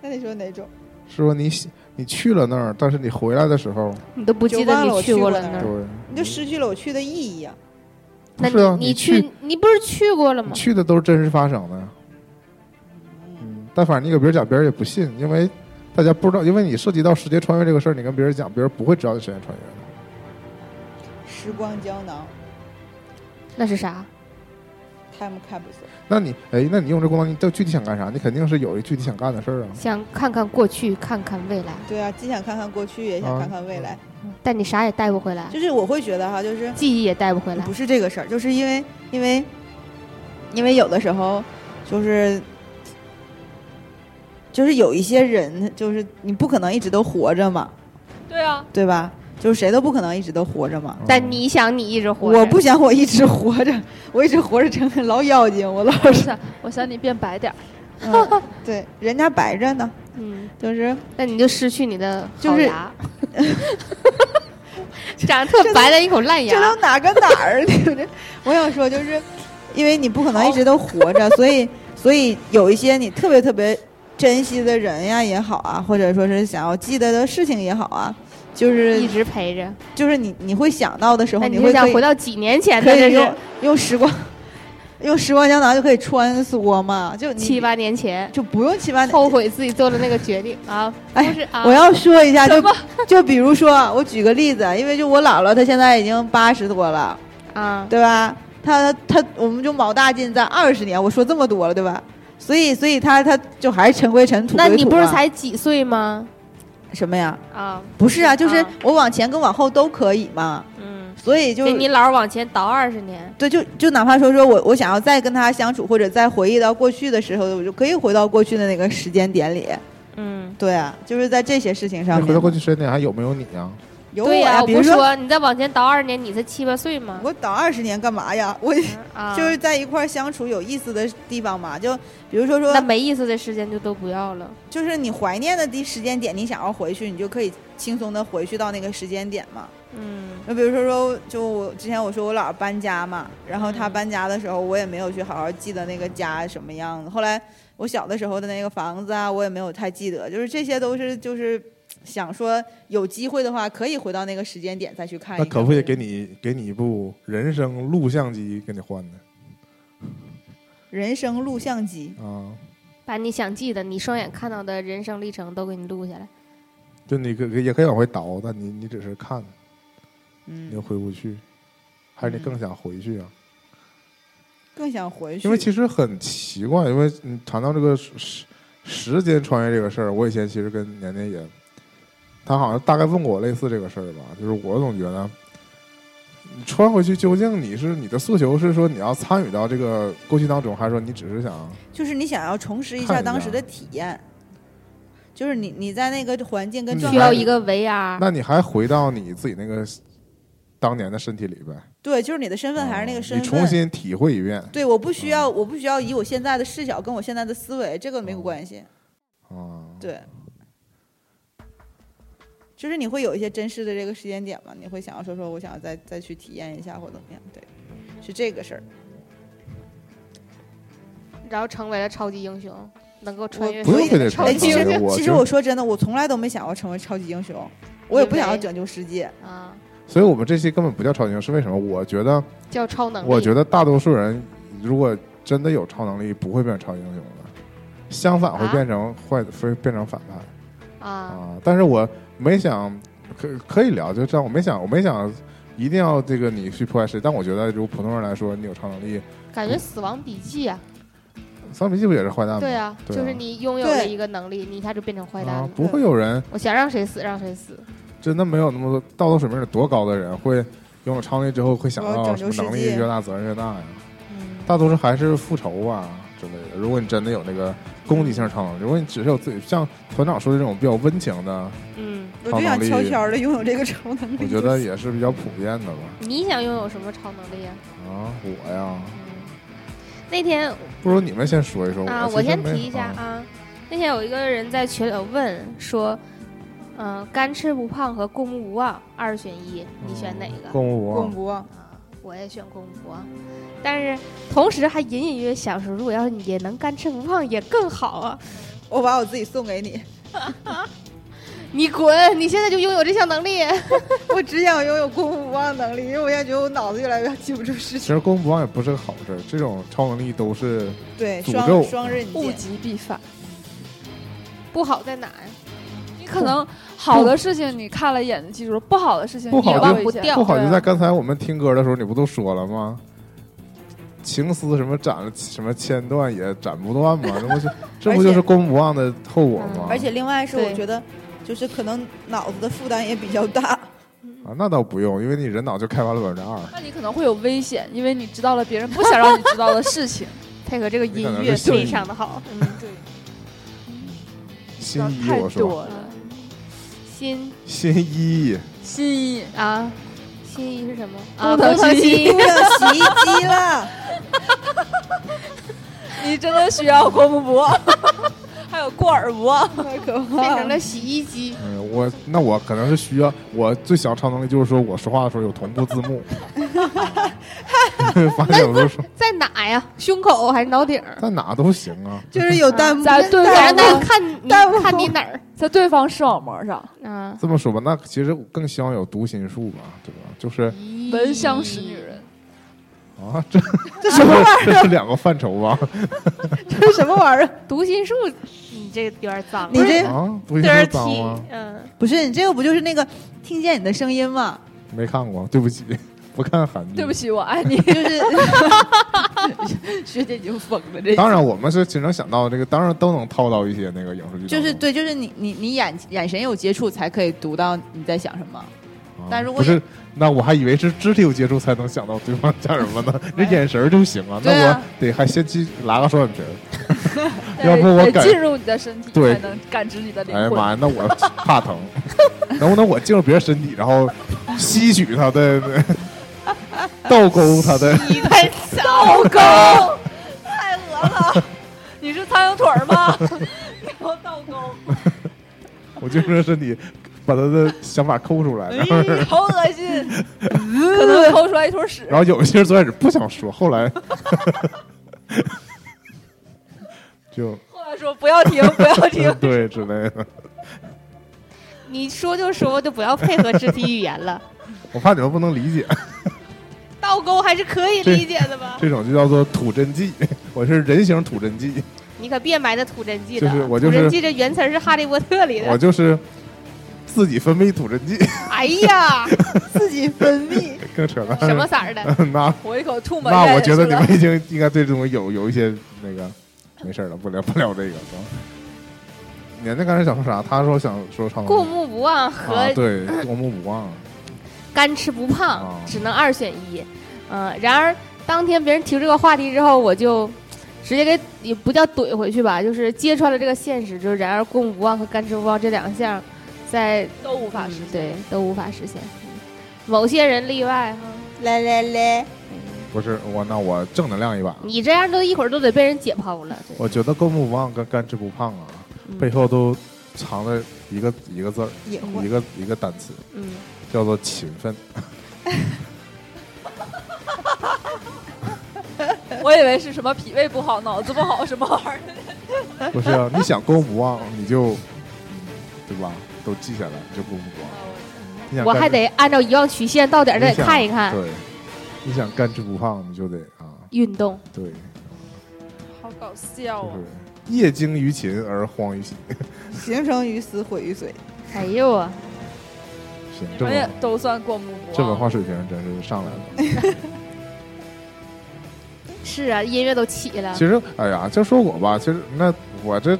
Speaker 5: 那你说哪种？
Speaker 2: 是说你你去了那儿，但是你回来的时候，
Speaker 3: 你都不记得你去过了那
Speaker 5: 嗯
Speaker 2: 对
Speaker 3: 儿，，
Speaker 5: 你就失去了我去的意义啊！
Speaker 3: 那
Speaker 2: 不是啊
Speaker 3: 你
Speaker 2: 你
Speaker 3: 去你不是去过了吗
Speaker 2: 你？去的都是真实发生的。嗯，但反正你给别人讲，别人也不信，因为大家不知道，因为你涉及到时间穿越这个事儿，你跟别人讲，别人不会知道你时间穿越的。
Speaker 5: 时光胶囊
Speaker 3: 那是啥？
Speaker 5: ，time capsule。
Speaker 2: 那你哎，那你用这功能，你到具体想干啥？你肯定是有一具体想干的事儿啊。
Speaker 5: 嗯
Speaker 3: 想看看过去，看看未来，
Speaker 5: 对啊，既想看看过去，也
Speaker 2: 啊
Speaker 5: 想看看未来。
Speaker 3: 但你啥也带不回来，
Speaker 5: 嗯就是嗯我会觉得哈，就是
Speaker 3: 记忆也带不回来
Speaker 5: 不。是这个事儿，就是因为因为因为有的时候就是就是有一些人，就是你不可能一直都活着嘛，
Speaker 4: 对啊，
Speaker 5: 对吧？就是谁都不可能一直都活着嘛。
Speaker 3: 但你想，你一直活着。
Speaker 5: 我不想我一直活着，我一直活着成个老妖精，我老
Speaker 4: 我
Speaker 5: 是、
Speaker 4: 想，我想你变白点儿，
Speaker 5: 嗯、对人家白着呢，
Speaker 3: 嗯，
Speaker 5: 就是
Speaker 3: 那你就失去你的好
Speaker 5: 就是
Speaker 3: 牙， 长得特白的一口烂
Speaker 5: 这
Speaker 3: 牙
Speaker 5: 都。哪跟哪儿了？对不对？我想说，就是因为你不可能一直都活 着，所以所以有一些你特别特别珍惜的人呀也好啊，或者说是想要记得的事情也好啊，就是
Speaker 3: 一直陪着，
Speaker 5: 就是你你会想到的时候，
Speaker 3: 哎那你
Speaker 5: 会
Speaker 3: 是
Speaker 5: 可
Speaker 3: 想
Speaker 5: 以
Speaker 3: 回到几年前的？
Speaker 5: 可
Speaker 3: 这
Speaker 5: 以用
Speaker 3: 是
Speaker 5: 用时光 用时光胶囊就可以穿梭嘛，就你
Speaker 3: 七八年前，
Speaker 5: 就不用七八
Speaker 3: 后悔自己做了那个决定啊！
Speaker 5: 哎
Speaker 3: 不是啊，
Speaker 5: 我要说一下，就就比如说，我举个例子，啊因为就我姥姥她现在已经八十多了，
Speaker 3: 啊，
Speaker 5: 对吧？她她我们就毛大进在二十年，我说这么多了，对吧？所以所以她她就还是尘归尘，土归嗯
Speaker 3: 那
Speaker 5: 土嘛。
Speaker 3: 你不是才几岁吗？
Speaker 5: 什么呀？
Speaker 3: 啊，
Speaker 5: 不是啊，就是
Speaker 3: 啊
Speaker 5: 我往前跟往后都可以嘛。
Speaker 3: 嗯，
Speaker 5: 所以就
Speaker 3: 给你老往前倒二十年，
Speaker 5: 对，就就哪怕说说我我想要再跟她相处，或者再回忆到过去的时候，我就可以回到过去的那个时间点里。
Speaker 3: 嗯，
Speaker 5: 对啊，就是在这些事情上
Speaker 2: 你
Speaker 5: 面。
Speaker 2: 回到过去十年还有没有你啊？
Speaker 5: 有我
Speaker 3: 对呀，我
Speaker 5: 比
Speaker 3: 不
Speaker 5: 如说
Speaker 3: 说你再往前倒二十年，你才七八岁吗？
Speaker 5: 我等二十年干嘛呀？我。
Speaker 3: 啊，
Speaker 5: 就是在一块儿相处有意思的地方嘛。就比如说说
Speaker 3: 那，没意思的时间就都不要了。
Speaker 5: 就是你怀念的地时间点，你想要回去，你就可以轻松的回去到那个时间点嘛。
Speaker 3: 嗯
Speaker 5: 就比如说说，就我之前我说我姥儿搬家嘛，然后她
Speaker 3: 嗯
Speaker 5: 搬家的时候，我也没有去好好记得那个家什么样子。后来我小的时候的那个房子啊，我也没有太记得，就是这些都是就是。想说有机会的话，可以回到那个时间点再去看一
Speaker 2: 那
Speaker 5: 看。
Speaker 2: 可不可以给你给你一部人生录像机给你换的
Speaker 5: 人生录像机？
Speaker 2: 啊？
Speaker 3: 把你想记的、你双眼看到的人生历程都给你录下来。
Speaker 2: 就你可也可以往回倒，但你你只是看，你又
Speaker 5: 嗯，
Speaker 2: 回不去，还是你更想回去啊？
Speaker 5: 更想回去。
Speaker 2: 因为其实很奇怪，因为你谈到这个时时时间穿越这个事儿，我以前其实跟年年也，他好像大概问过我类似这个事儿吧，就是我总觉得，你穿回去究竟你是你的诉求是说你要参与到这个过去当中，还是说你只是
Speaker 5: 啊
Speaker 2: 想
Speaker 5: 就是你想要重拾一
Speaker 2: 看一
Speaker 5: 下
Speaker 2: 下
Speaker 5: 当时的体验，就是你你在那个环境跟
Speaker 2: 你
Speaker 5: 状
Speaker 3: 需
Speaker 5: 态
Speaker 3: 要
Speaker 2: 还
Speaker 5: 里
Speaker 3: 一个 VR，
Speaker 2: 那你还回到你自己那个当年的身体里 呗。
Speaker 5: 对，就是你的身份还是那个
Speaker 2: 嗯
Speaker 5: 身
Speaker 2: 你
Speaker 5: 份。
Speaker 2: 重新体会一遍
Speaker 5: 对，我不需要，我不需要以我现在的视角跟我现在的思维，这个没有
Speaker 2: 哦
Speaker 5: 关系。
Speaker 2: 啊。
Speaker 5: 对，就是你会有一些真实的这个时间点嘛，你会想要说说我想要再再去体验一下或怎么样，对，是这个事儿。
Speaker 3: 然后成为了超级英雄，能够穿越
Speaker 5: 不
Speaker 3: 所
Speaker 5: 用
Speaker 3: 有
Speaker 2: 非
Speaker 3: 的
Speaker 2: 得
Speaker 3: 超
Speaker 5: 哎，
Speaker 2: 成
Speaker 3: 级
Speaker 5: 其
Speaker 2: 为
Speaker 3: 英
Speaker 5: 实
Speaker 3: 雄
Speaker 2: 我觉
Speaker 5: 其实
Speaker 2: 得
Speaker 5: 我说真的，我从来都没想过成为超级英雄，我也不想
Speaker 3: 因
Speaker 5: 要
Speaker 3: 为
Speaker 5: 拯救世界。
Speaker 3: 啊，
Speaker 2: 所以我们这期根本不叫超级英雄，是为什么？我觉得，
Speaker 3: 叫超能力。
Speaker 2: 我觉得大多数人如果真的有超能力，不会变成超级英雄的，相反会
Speaker 3: 啊
Speaker 2: 变成坏，会变成反派。
Speaker 3: 啊，
Speaker 2: 啊，但是我没想可可以聊，就这样，我没想我没想一定要这个你去破坏谁，但我觉得如果普通人来说，你有超能力，
Speaker 3: 感觉《死亡笔记》啊，
Speaker 2: 丧尸记不也是坏蛋吗？
Speaker 3: 对啊，
Speaker 2: 对啊
Speaker 3: 就是你拥有了
Speaker 5: 对
Speaker 3: 一个能力，你一下就变成坏蛋
Speaker 2: 啊
Speaker 3: 了。，
Speaker 2: 不会有人
Speaker 3: 我想让谁死让谁死，
Speaker 2: 真的没有那么多道德水平多高的人会拥有超能力之后会想
Speaker 5: 我要
Speaker 2: 到
Speaker 5: 拯
Speaker 2: 什
Speaker 5: 救
Speaker 2: 么能
Speaker 5: 世
Speaker 2: 力
Speaker 5: 界
Speaker 2: 越大责任越大呀。
Speaker 3: 嗯，
Speaker 2: 大多数还是复仇啊之类的。如果你真的有那个攻击性超能力，如果你只是有自己像团长说的这种比较温情的，
Speaker 3: 嗯，
Speaker 5: 我
Speaker 2: 超
Speaker 5: 就想
Speaker 2: 能力
Speaker 5: 悄悄的拥有这个超能力。
Speaker 2: 我觉得也是比较普遍的吧。
Speaker 3: 你想拥有什么超能力啊？
Speaker 2: 啊，我呀，
Speaker 3: 嗯，那天
Speaker 2: 不如你们先说一说。
Speaker 3: 啊，
Speaker 2: 其
Speaker 3: 我
Speaker 2: 实
Speaker 3: 先
Speaker 2: 没
Speaker 3: 提一下
Speaker 2: 啊。
Speaker 3: 啊，那天有一个人在群里问说，嗯、干吃不胖和共无望二选一，
Speaker 2: 嗯
Speaker 3: 你选哪个？
Speaker 2: 共舞
Speaker 5: 共不忘，
Speaker 3: 啊，我也选共无望，但是同时还隐隐约想说，如果要是你也能干吃不胖也更好啊！
Speaker 5: 我把我自己送给你，
Speaker 3: 你滚，你现在就拥有这项能力。
Speaker 5: 我只想拥有共不忘能力，因为我现在觉得我脑子越来越记不住事
Speaker 2: 其
Speaker 5: 情。
Speaker 2: 实攻不忘也不是个好事，这种超能力都是
Speaker 5: 对，
Speaker 2: 诅咒
Speaker 5: 双双刃
Speaker 4: 物
Speaker 5: 剑。
Speaker 4: 极必反。
Speaker 3: 不好在哪呀？
Speaker 4: 你可能好的事情你看了一眼就记住了，不好的事情
Speaker 2: 不好
Speaker 4: 也
Speaker 2: 就
Speaker 4: 忘
Speaker 3: 不
Speaker 4: 掉。
Speaker 3: 掉
Speaker 2: 不好。就
Speaker 4: 对
Speaker 2: 在刚才我们听歌的时候，你不都说了吗？情丝什么斩什么千断也斩不断嘛，这不就这不就是攻不忘的后果吗？
Speaker 5: 而且另外是，
Speaker 3: 对
Speaker 5: 我觉得就是可能脑子的负担也比较大。
Speaker 2: 啊，那倒不用，因为你人脑就开发了百分之二，
Speaker 4: 那你可能会有危险，因为你知道了别人不想让你知道的 事情。
Speaker 3: 配合这个音
Speaker 2: 你可能
Speaker 3: 乐
Speaker 2: 是幸运
Speaker 3: 非常的好，嗯，对，
Speaker 2: 新一
Speaker 4: 太
Speaker 2: 我说
Speaker 4: 多了，
Speaker 3: 心
Speaker 2: 新一
Speaker 4: 心意
Speaker 3: 啊，心意是什么？
Speaker 4: 啊东
Speaker 3: 方
Speaker 4: 方
Speaker 3: 心
Speaker 4: 心
Speaker 5: 遇上洗衣机了，
Speaker 4: 你真的需要郭沫沫， 还有过耳不？
Speaker 5: 太可
Speaker 3: 变
Speaker 5: 怕
Speaker 3: 成了洗衣机，
Speaker 2: 嗯，我那我可能是需要我最想超能力就是说我说话的时候有同步字幕， 发现我就说
Speaker 3: 在哪呀？胸口还是脑顶儿？
Speaker 2: 在哪都行啊，
Speaker 5: 就是有弹幕，
Speaker 4: 咱对
Speaker 5: 弹
Speaker 3: 咱
Speaker 5: 幕
Speaker 3: 能看你
Speaker 5: 弹幕
Speaker 3: 看你哪儿？
Speaker 4: 在对方视网膜上，
Speaker 3: 啊，
Speaker 2: 这么说吧，那其实我更希望有读心术吧，对吧？就是
Speaker 4: 闻香识女人。
Speaker 2: 啊，这 这什么玩意儿？这是啊两个范畴吧？
Speaker 5: 这是什么玩意儿？
Speaker 3: 读心术，你这有点脏，
Speaker 5: 你这
Speaker 2: 啊，不应该脏啊
Speaker 3: dirty，
Speaker 2: 吗？
Speaker 3: 嗯，
Speaker 5: 不是你这个不就是那个听见你的声音吗？
Speaker 2: 没看过，对不起，不看韩剧。
Speaker 4: 对不起，我爱你。
Speaker 5: 就是
Speaker 6: 学姐已经疯了，这
Speaker 2: 当然，我们是只能想到这个，当然都能套到一些那个影视剧当中。
Speaker 6: 就是对，就是你你你眼眼神有接触才可以读到你在想什么。
Speaker 2: 啊，
Speaker 6: 但如果
Speaker 2: 不是，那我还以为是肢体有接触才能想到对方叫什 么呢，这眼神儿就行啊。那
Speaker 6: 对
Speaker 2: 我
Speaker 6: 啊
Speaker 2: 得还先去拉个双眼皮儿，要不我
Speaker 4: 得
Speaker 2: 感
Speaker 4: 进入你的身体，
Speaker 2: 对
Speaker 4: 才能感知你的灵
Speaker 2: 哎呀
Speaker 4: 魂。
Speaker 2: 妈呀，那我怕疼。 能不能我进入别人身体，然后吸取他的，倒钩他的？
Speaker 4: 你太糟糕，太恶了！你是苍蝇腿儿吗？给我倒钩，
Speaker 2: 我就是身体把他的想法抠出来，
Speaker 6: 哎
Speaker 2: 然后
Speaker 4: 好恶心，
Speaker 2: 嗯
Speaker 4: 可能抠出来一坨屎
Speaker 2: 然。后有一些人最开始不想说，后来 就，
Speaker 4: 后来说不要停，不要停
Speaker 2: 对之类的。
Speaker 3: 你说就说，就不要配合肢体语言了。
Speaker 2: 我怕你们不能理解，
Speaker 3: 倒钩还是可以理解的吧？
Speaker 2: 这种就叫做吐真剂，我是人形吐真剂，
Speaker 3: 你可别埋汰土真剂了，
Speaker 2: 就是我就是
Speaker 3: 土真剂这原词儿是《哈利波特》里
Speaker 2: 我
Speaker 3: 的。
Speaker 2: 就是自己分泌吐真剂，
Speaker 3: 哎呀，
Speaker 5: 自己分泌，
Speaker 2: 更扯淡。
Speaker 3: 什么色儿的？
Speaker 2: 那
Speaker 4: 我一口吐沫。
Speaker 2: 那我觉得
Speaker 4: 咽
Speaker 2: 你
Speaker 4: 下去了
Speaker 2: 们已经应该对这种有有一些那个，没事儿了，不聊不聊这个。行年年刚才想说啥？他说想说唱
Speaker 3: 过目不忘
Speaker 2: 啊
Speaker 3: 和，
Speaker 2: 对，过目不忘。
Speaker 3: 干吃不
Speaker 2: 哦
Speaker 3: 胖，只能二选一。嗯，然而当天别人提出这个话题之后，我就直接给也不叫怼回去吧，就是揭穿了这个现实，就是然而过目不忘和干吃不胖这两项，在
Speaker 4: 都无法
Speaker 3: 嗯
Speaker 4: 实现。
Speaker 3: 对都无法实现。嗯某些人例外哈。
Speaker 5: 来来来，
Speaker 2: 不是我，那我正能量一把。
Speaker 3: 你这样都一会儿都得被人解剖了。
Speaker 2: 我觉得公不忘跟干吃不胖啊，
Speaker 3: 嗯
Speaker 2: 背后都藏着一个一个字儿，
Speaker 5: 隐
Speaker 2: 一
Speaker 5: 晦，
Speaker 2: 个一个单词，
Speaker 3: 嗯，
Speaker 2: 叫做勤奋。
Speaker 4: 我以为是什么脾胃不好、脑子不好什么玩意儿。
Speaker 2: 不是啊，你想公不忘，你就对吧？都记下来，你就公不忘。你想
Speaker 3: 我
Speaker 2: 干
Speaker 3: 还
Speaker 2: 吃
Speaker 3: 得按照一样曲线到点儿
Speaker 2: 你
Speaker 3: 再
Speaker 2: 想
Speaker 3: 看一看
Speaker 2: 对，你想干吃不胖，你就得啊，
Speaker 3: 运动。
Speaker 2: 对，
Speaker 4: 好搞笑
Speaker 2: 就
Speaker 4: 啊！
Speaker 2: 是业精于勤而荒于行。
Speaker 5: 形成于斯，毁于水。
Speaker 3: 哎呦我，
Speaker 2: 行，
Speaker 4: 你
Speaker 2: 这
Speaker 4: 们也
Speaker 2: 文
Speaker 4: 都算过目不忘。
Speaker 2: 这文化水平真是上来了。
Speaker 3: 是啊，音乐都起了
Speaker 2: 其。实，哎呀，就说我吧，其实那我这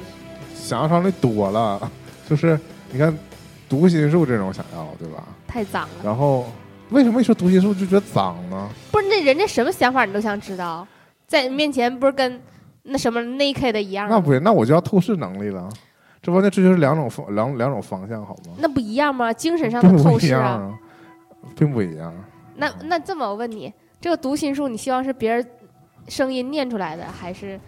Speaker 2: 想象场里多了， 就是你看读心术这种想要，对吧？
Speaker 3: 太脏了。
Speaker 2: 然后为什么一说读心术就觉得脏呢？
Speaker 3: 不是那人家什么想法你都想知道，在你面前不是跟那什么 naked 的一样
Speaker 2: 那
Speaker 3: 吗？
Speaker 2: 不行，那我就要透视能力了。这不，那这就是两种方两两种方向，好吗？
Speaker 3: 那不一样吗？精神上
Speaker 2: 并
Speaker 3: 的透
Speaker 2: 不一
Speaker 3: 视
Speaker 2: 样
Speaker 3: 啊。
Speaker 2: 啊，并不一样。啊
Speaker 3: 那那这么我问你，这个读心术你希望是别人声音念出来的，还是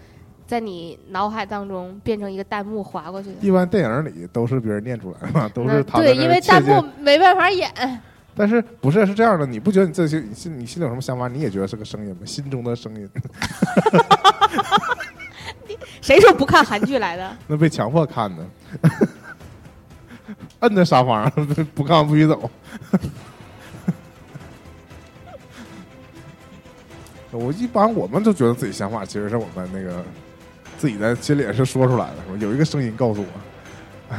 Speaker 3: 在你脑海当中变成一个弹幕划过去的？
Speaker 2: 一般电影里都是别人念出来的，都
Speaker 3: 那
Speaker 2: 是他在
Speaker 3: 对，
Speaker 2: 那
Speaker 3: 因
Speaker 2: 儿
Speaker 3: 为
Speaker 2: 窃
Speaker 3: 弹幕
Speaker 2: 窃
Speaker 3: 没办法演。
Speaker 2: 但是不是是这样的？你不觉得你自己心你心里有什么想法，你也觉得是个声音吗？心中的声音，
Speaker 3: 谁说不看韩剧来 的？
Speaker 2: 那被强迫看的， 摁在沙发上， 不看不许走。 我一般我们都觉得自己想法，其实是我们那个自己在心里也是说出来的，是吧有一个声音告诉我，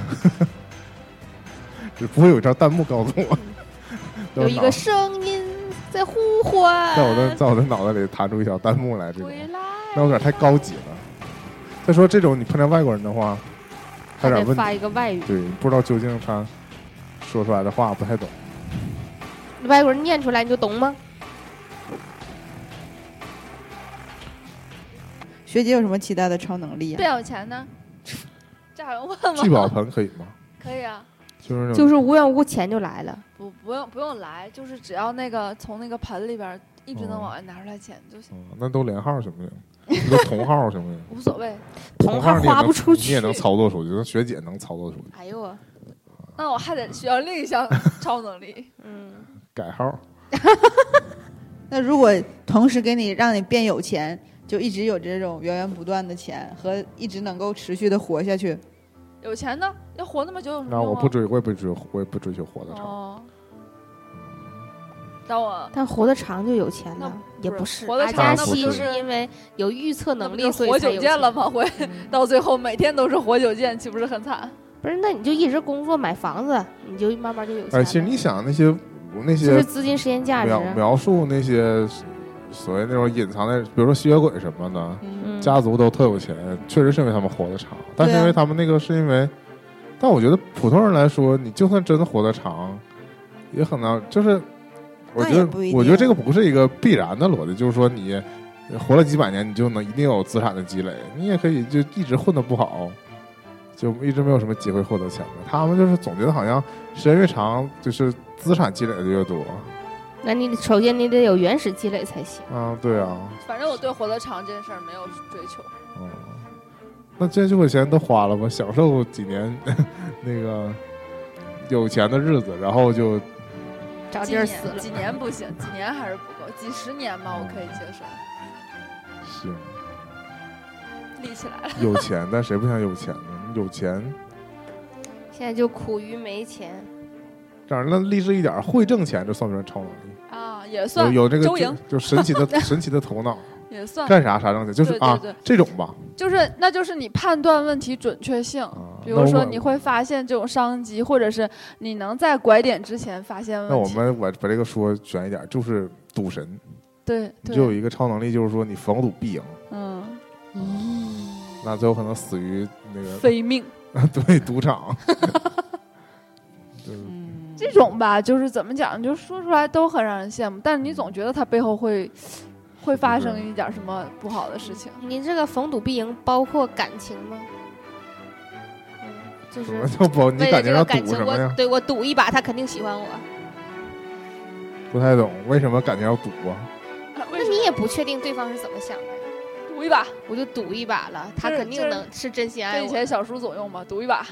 Speaker 2: 只不会有一张弹幕告诉我，
Speaker 3: 有一个声音在呼唤。
Speaker 2: 在我的在我的脑袋里弹出一小弹幕来，这种
Speaker 3: 回来。
Speaker 2: 那有点太高级了。再说这种你碰见外国人的话，
Speaker 3: 还
Speaker 2: 还有点
Speaker 3: 得
Speaker 2: 问题
Speaker 3: 发，一个外语，
Speaker 2: 对，不知道究竟他说出来的话不太懂。
Speaker 3: 外国人念出来你就懂吗？
Speaker 5: 学姐有什么期待的超能力
Speaker 4: 不
Speaker 5: 啊？
Speaker 4: 要钱呢？ 这还用问吗？
Speaker 2: 聚宝盆可以吗？
Speaker 4: 可以啊，
Speaker 2: 就是那种
Speaker 3: 就是无缘无故钱就来了，
Speaker 4: 不不用不用来，就是只要那个从那个盆里边儿一直能往
Speaker 2: 哦
Speaker 4: 外拿出来钱就行，
Speaker 2: 嗯那都连号行不行？都同号行不行？
Speaker 4: 无所谓。
Speaker 3: 同
Speaker 2: 号
Speaker 3: 号
Speaker 2: 你也
Speaker 3: 花
Speaker 2: 能
Speaker 3: 不出
Speaker 2: 你也
Speaker 3: 去。
Speaker 2: 能操作出去，学姐能操作出去，
Speaker 3: 哎呦我，
Speaker 4: 那我还得需要另 一项超能力，
Speaker 3: 嗯，
Speaker 2: 改号。
Speaker 5: 那如果同时给你让你变有钱，就一直有这种源源不断的钱和一直能够持续的活下去，
Speaker 4: 有钱呢，要活那么久有什么
Speaker 2: 那我
Speaker 4: 用啊？
Speaker 2: 不追，我也不追，我也不追求活得长。
Speaker 4: 哦，当我
Speaker 3: 但活得长就有钱
Speaker 4: 那
Speaker 3: 了，也
Speaker 4: 不
Speaker 3: 不
Speaker 4: 是
Speaker 3: 是。
Speaker 4: 活得
Speaker 3: 阿
Speaker 2: 长
Speaker 3: 加
Speaker 2: 啊那不
Speaker 3: 西
Speaker 2: 是
Speaker 3: 是因为有预测能
Speaker 4: 那
Speaker 3: 力，
Speaker 4: 不
Speaker 3: 所以
Speaker 4: 是活
Speaker 3: 才
Speaker 4: 久
Speaker 3: 有
Speaker 4: 见
Speaker 3: 钱
Speaker 4: 了吗？会
Speaker 3: 嗯
Speaker 4: 到最后每天都是活久见，岂不是很惨？
Speaker 3: 不是，那你就一直工作买房子，你就慢慢就有钱
Speaker 2: 哎，
Speaker 3: 了。
Speaker 2: 其实你想那些那
Speaker 3: 就
Speaker 2: 些
Speaker 3: 是资金时间价值
Speaker 2: 描，描述那些所谓那种隐藏的，比如说吸血鬼什么的，
Speaker 3: 嗯，
Speaker 2: 家族都特有钱，确实是因为他们活得长，但是因为他们那个是因为，但我觉得普通人来说，你就算真的活得长，也很难，就是我觉
Speaker 5: 那也
Speaker 2: 得
Speaker 5: 不一定
Speaker 2: 我觉得这个不是一个必然的逻辑，就是说你活了几百年，你就能一定有资产的积累，你也可以就一直混得不好。就一直没有什么机会获得钱的，他们就是总觉得好像时间越长，就是资产积累的越多。
Speaker 3: 那你首先你得有原始积累才行。
Speaker 2: 嗯，对啊，
Speaker 4: 反正我对活得长这件事儿没有追求。
Speaker 2: 哦，那这些有钱都花了吧，享受几年 那个有钱的日子，然后就
Speaker 3: 找
Speaker 4: 几
Speaker 3: 地
Speaker 4: 年
Speaker 3: 儿死了，
Speaker 4: 几年不行，几年还是不够，几十年吧，我可以接受。
Speaker 2: 行
Speaker 4: 立起来了，
Speaker 2: 有钱，但谁不想有钱呢？有钱
Speaker 3: 现在就苦于没钱。
Speaker 2: 当然了，励志一点，会挣钱，这算不算超能力？
Speaker 4: 啊，也算
Speaker 2: 有有这个
Speaker 4: 周
Speaker 2: 就
Speaker 4: 莹
Speaker 2: 就神奇 的神奇的头脑，
Speaker 4: 也算，
Speaker 2: 干啥啥挣钱，就是
Speaker 4: 对对
Speaker 2: 啊
Speaker 4: 对
Speaker 2: 这种吧
Speaker 4: 就是那就是你判断问题准确性。
Speaker 2: 啊。
Speaker 4: 比如
Speaker 2: 那
Speaker 4: 说，
Speaker 2: 我
Speaker 4: 你会发现这种商机，或者是你能在拐点之前发现问题。
Speaker 2: 那我们把把这个说悬一点，就是赌神，
Speaker 4: 对
Speaker 2: 你就有
Speaker 4: 对，
Speaker 2: 一个超能力，就是说你逢赌必赢，
Speaker 4: 嗯，
Speaker 2: 那最后可能死于那个
Speaker 4: 非命
Speaker 2: 对赌场。 就是
Speaker 5: 嗯，
Speaker 4: 这种吧，就是怎么讲，就说出来都很让人羡慕，但是你总觉得它背后会会发生
Speaker 2: 嗯
Speaker 4: 一点什么不好的事 情。
Speaker 3: 你这个逢赌必赢包括感情吗？嗯，就
Speaker 2: 什
Speaker 3: 是
Speaker 2: 么叫不？你
Speaker 3: 为了这
Speaker 2: 感
Speaker 3: 个
Speaker 2: 情上
Speaker 3: 感
Speaker 2: 赌
Speaker 3: 情，
Speaker 2: 什么
Speaker 3: 我
Speaker 2: 呀？
Speaker 3: 对我赌一把，他肯定喜欢我。
Speaker 2: 不太懂为什么感情要赌啊？
Speaker 3: 那你也不确定对方是怎么想的呀，
Speaker 4: 赌一把。
Speaker 3: 我就赌一把了，他
Speaker 4: 就是
Speaker 3: 肯定
Speaker 4: 就是
Speaker 3: 能是真心爱
Speaker 4: 跟以
Speaker 3: 我。
Speaker 4: 前小叔总用嘛，赌一把。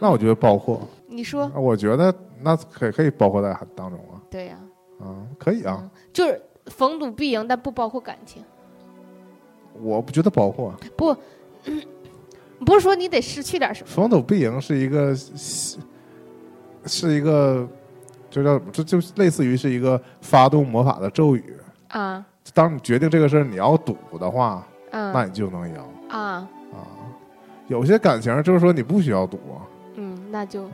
Speaker 2: 那我觉得包括，
Speaker 3: 你说
Speaker 2: 啊我觉得那可以可以包括在当中啊
Speaker 3: 对呀、
Speaker 2: 啊，可以啊，
Speaker 3: 嗯就是逢赌必赢，但不包括感情。
Speaker 2: 我不觉得啊包括。
Speaker 3: 不是说你得失去点什么，
Speaker 2: 逢赌必赢是一个是是一个就叫就就类似于是一个发动魔法的咒语。
Speaker 3: 啊
Speaker 2: 当你决定这个事儿你要赌的话，那
Speaker 3: 啊
Speaker 2: 你就能赢
Speaker 3: 啊，
Speaker 2: 啊。有些感情就是说你不需要赌啊。
Speaker 3: 嗯，那就
Speaker 2: 啊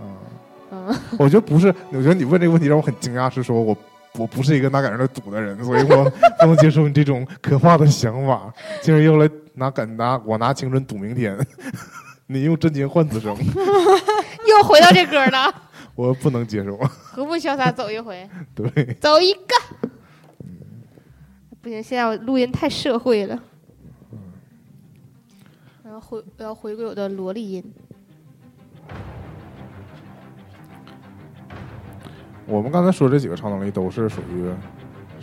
Speaker 3: 嗯，
Speaker 2: 我觉得不是，我觉得你问这个问题让我很惊讶，是说我我不是一个拿感情来赌的人，所以我 不能接受你这种可怕的想法，竟然用来拿感拿我拿青春赌明天， 你用真情换此生，
Speaker 3: 又回到这歌了，
Speaker 2: 我不能 接受。
Speaker 3: 何不潇洒走一回，
Speaker 2: 对，
Speaker 3: 走一个。不行，现在我录音太社会了。嗯然后回我要回归我的萝莉音，
Speaker 2: 我们刚才说这几个超能力都是属于，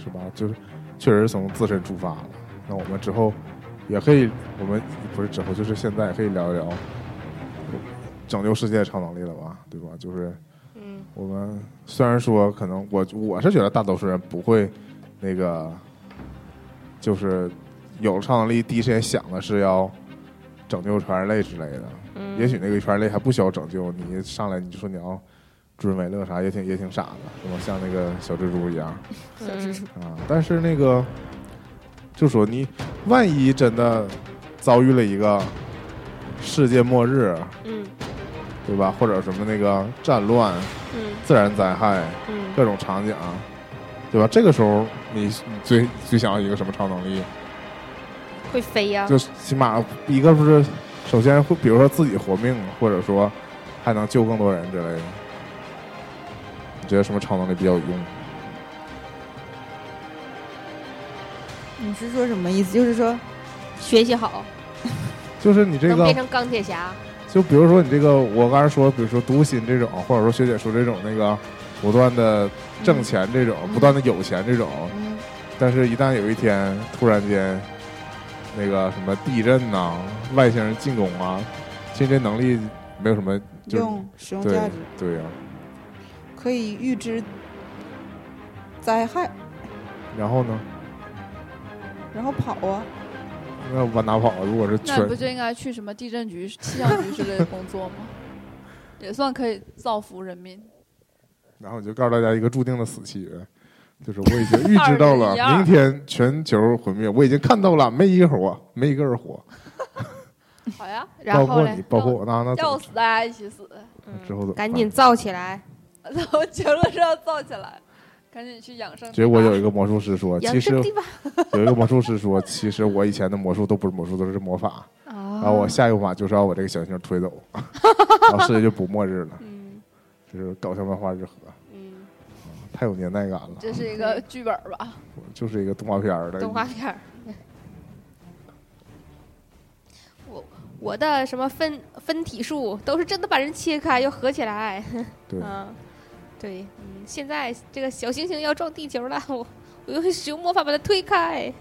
Speaker 2: 是吧？就是确实是从自身出发的。那我们之后也可以，我们不是之后，就是现在也可以聊一聊拯救世界的超能力了吧？对吧？就是
Speaker 3: 嗯，
Speaker 2: 我们虽然说可能我我是觉得大多数人不会那个，就是有超能力第一时间想的是要拯救全人类之类的。
Speaker 3: 嗯
Speaker 2: 也许那个全人类还不需要拯救，你一上来你就说你要助人为乐啥，也挺也挺傻的，是吧？像那个小蜘蛛一样
Speaker 3: 嗯
Speaker 2: 啊。但是那个，就说你万一真的遭遇了一个世界末日，
Speaker 3: 嗯
Speaker 2: 对吧？或者什么那个战乱、
Speaker 3: 嗯
Speaker 2: 自然灾害
Speaker 3: 嗯
Speaker 2: 各种场景，啊对吧？这个时候你你最最想要一个什么超能力？
Speaker 3: 会飞呀、
Speaker 2: 就是起码一个不是，首先会比如说自己活命，或者说还能救更多人之类的。你觉得什么超能力比较有用？
Speaker 5: 你是说什么意思？就是说，
Speaker 3: 学习好，
Speaker 2: 就是你这
Speaker 3: 能变
Speaker 2: 个，
Speaker 3: 成钢铁侠。
Speaker 2: 就比如说你这个，我刚才说，比如说读心这种，或者说学姐说这种那个不断的挣钱这种，不断的有钱这种，
Speaker 5: 嗯，
Speaker 2: 但是一旦有一天突然间那个什么地震呐、外星人进攻啊，其实这能力没有什么就是
Speaker 5: 用使用价
Speaker 2: 对
Speaker 5: 值
Speaker 2: 对呀、
Speaker 5: 可以预知灾害，
Speaker 2: 然后呢？
Speaker 5: 然后跑啊。
Speaker 2: 那往哪跑？如果是
Speaker 4: 那
Speaker 2: 全
Speaker 4: 你不就应该去什么地震局、气象局之类的工作吗？ 也算可以造福人民。
Speaker 2: 然后我就告诉大家一个注定的死期，就是我已经预知到
Speaker 4: 二人一样
Speaker 2: 了明天全球毁灭，我已经看到了，没一个活，没一个人活，
Speaker 4: 好呀，
Speaker 2: 包
Speaker 3: 然后
Speaker 2: 括
Speaker 3: 嘞
Speaker 2: 你，，包括我，那那怎
Speaker 4: 要
Speaker 2: 么
Speaker 4: 死大家一起死，
Speaker 3: 嗯
Speaker 2: 之后怎么办
Speaker 3: 赶紧造起来，
Speaker 4: 然 后结论是要造起来，赶紧去养生。
Speaker 2: 结果有一个魔术师
Speaker 4: 啊
Speaker 2: 说，
Speaker 3: 养
Speaker 2: 啊其实
Speaker 3: 生地吧。
Speaker 2: 有一个魔术师说， 其实我以前的魔术都不是魔术，都是魔法。
Speaker 3: 啊
Speaker 2: 然后我下一个法就是要把这个小行星推 走，然后世界就不末日了，
Speaker 3: 嗯
Speaker 2: 这是搞笑漫画之和，
Speaker 3: 嗯，
Speaker 2: 太有年代感了，
Speaker 4: 这是一个剧本吧？
Speaker 2: 就是一个动画片儿的
Speaker 3: 动画片儿。 我我的什么分分体术都是真的把人切开又合起来，
Speaker 2: 对
Speaker 3: 嗯、。对，嗯，现在这个小行星要撞地球了， 我我用使用魔法把它推开，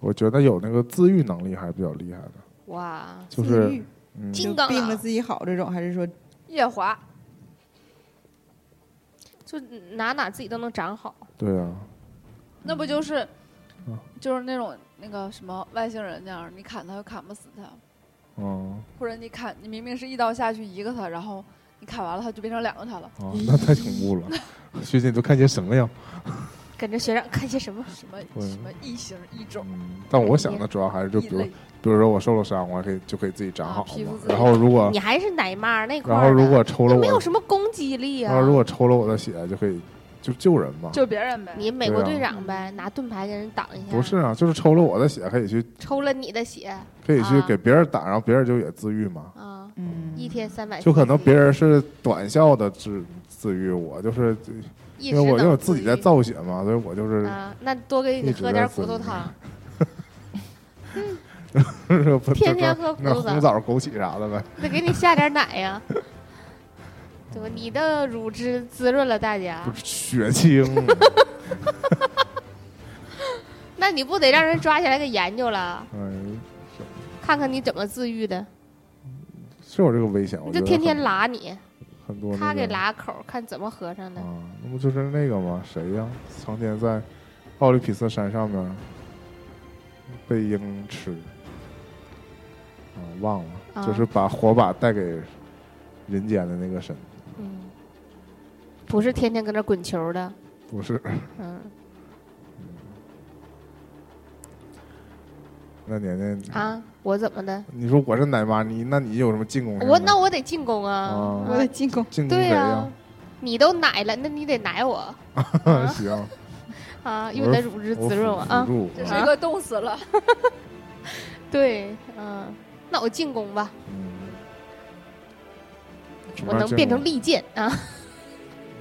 Speaker 2: 我觉得有那个自愈能力还是比较厉害的，
Speaker 3: 哇，
Speaker 2: 就
Speaker 5: 自
Speaker 2: 是
Speaker 5: 愈
Speaker 2: 嗯，
Speaker 5: 就
Speaker 3: 金刚
Speaker 5: 病
Speaker 3: 啊
Speaker 5: 了自己好这种，还是说
Speaker 4: 夜华，
Speaker 3: 就哪哪自己都能长好，
Speaker 2: 对啊，
Speaker 4: 那不就是
Speaker 2: 嗯，
Speaker 4: 就是那种那个什么外星人那样，你砍他又砍不死他，
Speaker 2: 嗯，
Speaker 4: 或者你砍你明明是一刀下去一个他，然后你砍完了他就变成两个他了。
Speaker 2: 啊，那太恐怖了。最近都看些什么呀？
Speaker 3: 跟着学长看些什么？
Speaker 4: 什么
Speaker 2: 对
Speaker 4: 什么异形异种
Speaker 2: 嗯，但我想的主要还是就
Speaker 4: 异
Speaker 2: 比如，
Speaker 4: 类，
Speaker 2: 比如说我受了伤，我还可以就可以自己长好
Speaker 4: 啊皮
Speaker 2: 嘛
Speaker 4: 肤自。己
Speaker 2: 然后如果
Speaker 3: 你还是奶妈那块
Speaker 2: 哦然
Speaker 3: 儿
Speaker 2: 后
Speaker 3: 的，
Speaker 2: 如果抽了
Speaker 3: 那没有
Speaker 2: 我，
Speaker 3: 什么攻击力啊
Speaker 2: 然后，如果抽了我的血就可以就救人嘛？
Speaker 4: 救别人呗。
Speaker 3: 你美国
Speaker 2: 对
Speaker 3: 队
Speaker 2: 啊
Speaker 3: 长呗，拿盾牌给人挡一下，
Speaker 2: 不是啊，就是抽了我的血可以去
Speaker 3: 抽了你的血
Speaker 2: 可以去
Speaker 3: 啊
Speaker 2: 给别人打，然后别人就也自愈嘛。
Speaker 3: 啊，
Speaker 5: 嗯
Speaker 3: 一天三百，
Speaker 2: 就可能别人是短效的治自愈，我就是
Speaker 3: 一
Speaker 2: 因
Speaker 3: 直
Speaker 2: 为我因为我
Speaker 3: 能
Speaker 2: 自己
Speaker 3: 愈
Speaker 2: 在造血嘛，所以我就是
Speaker 3: 啊，那多给你
Speaker 2: 一直
Speaker 3: 喝
Speaker 2: 在
Speaker 3: 点
Speaker 2: 自
Speaker 3: 骨头
Speaker 2: 愈
Speaker 3: 汤，
Speaker 2: 不
Speaker 3: 天天喝
Speaker 2: 那
Speaker 3: 葡萄
Speaker 2: 红枣、枸杞啥的呗。
Speaker 3: 再给你下点奶呀，对，你的乳汁滋润了大家
Speaker 2: 不，是血清，
Speaker 3: 那你不得让人抓起来给研究了，
Speaker 2: 哎，
Speaker 3: 看看你怎么自愈的？
Speaker 2: 是有这个危险。我
Speaker 3: 你
Speaker 2: 觉
Speaker 3: 就
Speaker 2: 得
Speaker 3: 天天
Speaker 2: 很
Speaker 3: 拉你，
Speaker 2: 很多那
Speaker 3: 他给
Speaker 2: 个
Speaker 3: 拉口，看怎么合上的。
Speaker 2: 啊，那不就是那个吗？谁呀？常年在奥林匹斯山上面被鹰吃，啊，忘了，
Speaker 3: 啊
Speaker 2: 就是把火把带给人间的那个神，
Speaker 3: 嗯，不是天天搁那滚球的，
Speaker 2: 不是？
Speaker 3: 嗯
Speaker 2: 那年年，
Speaker 3: 啊，我怎么的？
Speaker 2: 你说我是奶妈，你那你有什么进攻什么的？
Speaker 3: 我那我得进攻啊！
Speaker 2: 啊
Speaker 5: 我得进 攻。
Speaker 2: 进攻
Speaker 3: 对
Speaker 2: 谁
Speaker 3: 呀、
Speaker 2: 呀？
Speaker 3: 你都奶了，那你得奶我啊
Speaker 2: 行，
Speaker 3: 啊，用你的乳 汁
Speaker 2: 我
Speaker 3: 滋润我
Speaker 2: 辅
Speaker 3: 啊！
Speaker 2: 助
Speaker 4: 这
Speaker 2: 啊
Speaker 4: 谁给冻死了？
Speaker 3: 对，嗯，那我进攻吧，
Speaker 2: 嗯什
Speaker 3: 我
Speaker 2: 么样
Speaker 3: 能
Speaker 2: 进
Speaker 3: 变成
Speaker 2: 攻
Speaker 3: 利剑啊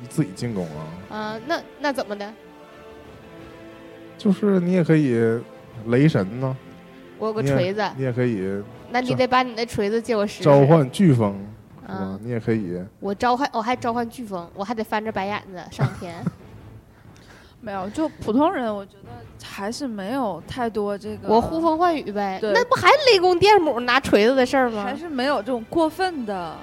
Speaker 2: 你自己进攻啊，
Speaker 3: 啊！那那怎么的？
Speaker 2: 就是你也可以雷神呢，
Speaker 3: 我有个
Speaker 2: 你也
Speaker 3: 锤子，
Speaker 2: 你也可以
Speaker 3: 那你
Speaker 2: 这
Speaker 3: 得把你的锤子借我使使。
Speaker 2: 召唤飓风，是吧
Speaker 4: 嗯
Speaker 3: 啊！！
Speaker 2: 你也可以，
Speaker 3: 我召唤，我哦还召唤飓风，我还得翻着白眼子 上 天。
Speaker 4: 没有，就普通人，我觉得还是没有太多这个。
Speaker 3: 我呼风唤雨呗，
Speaker 4: 对
Speaker 3: 那不还雷公电母拿锤子的事儿吗
Speaker 4: 还？是没有这种过分的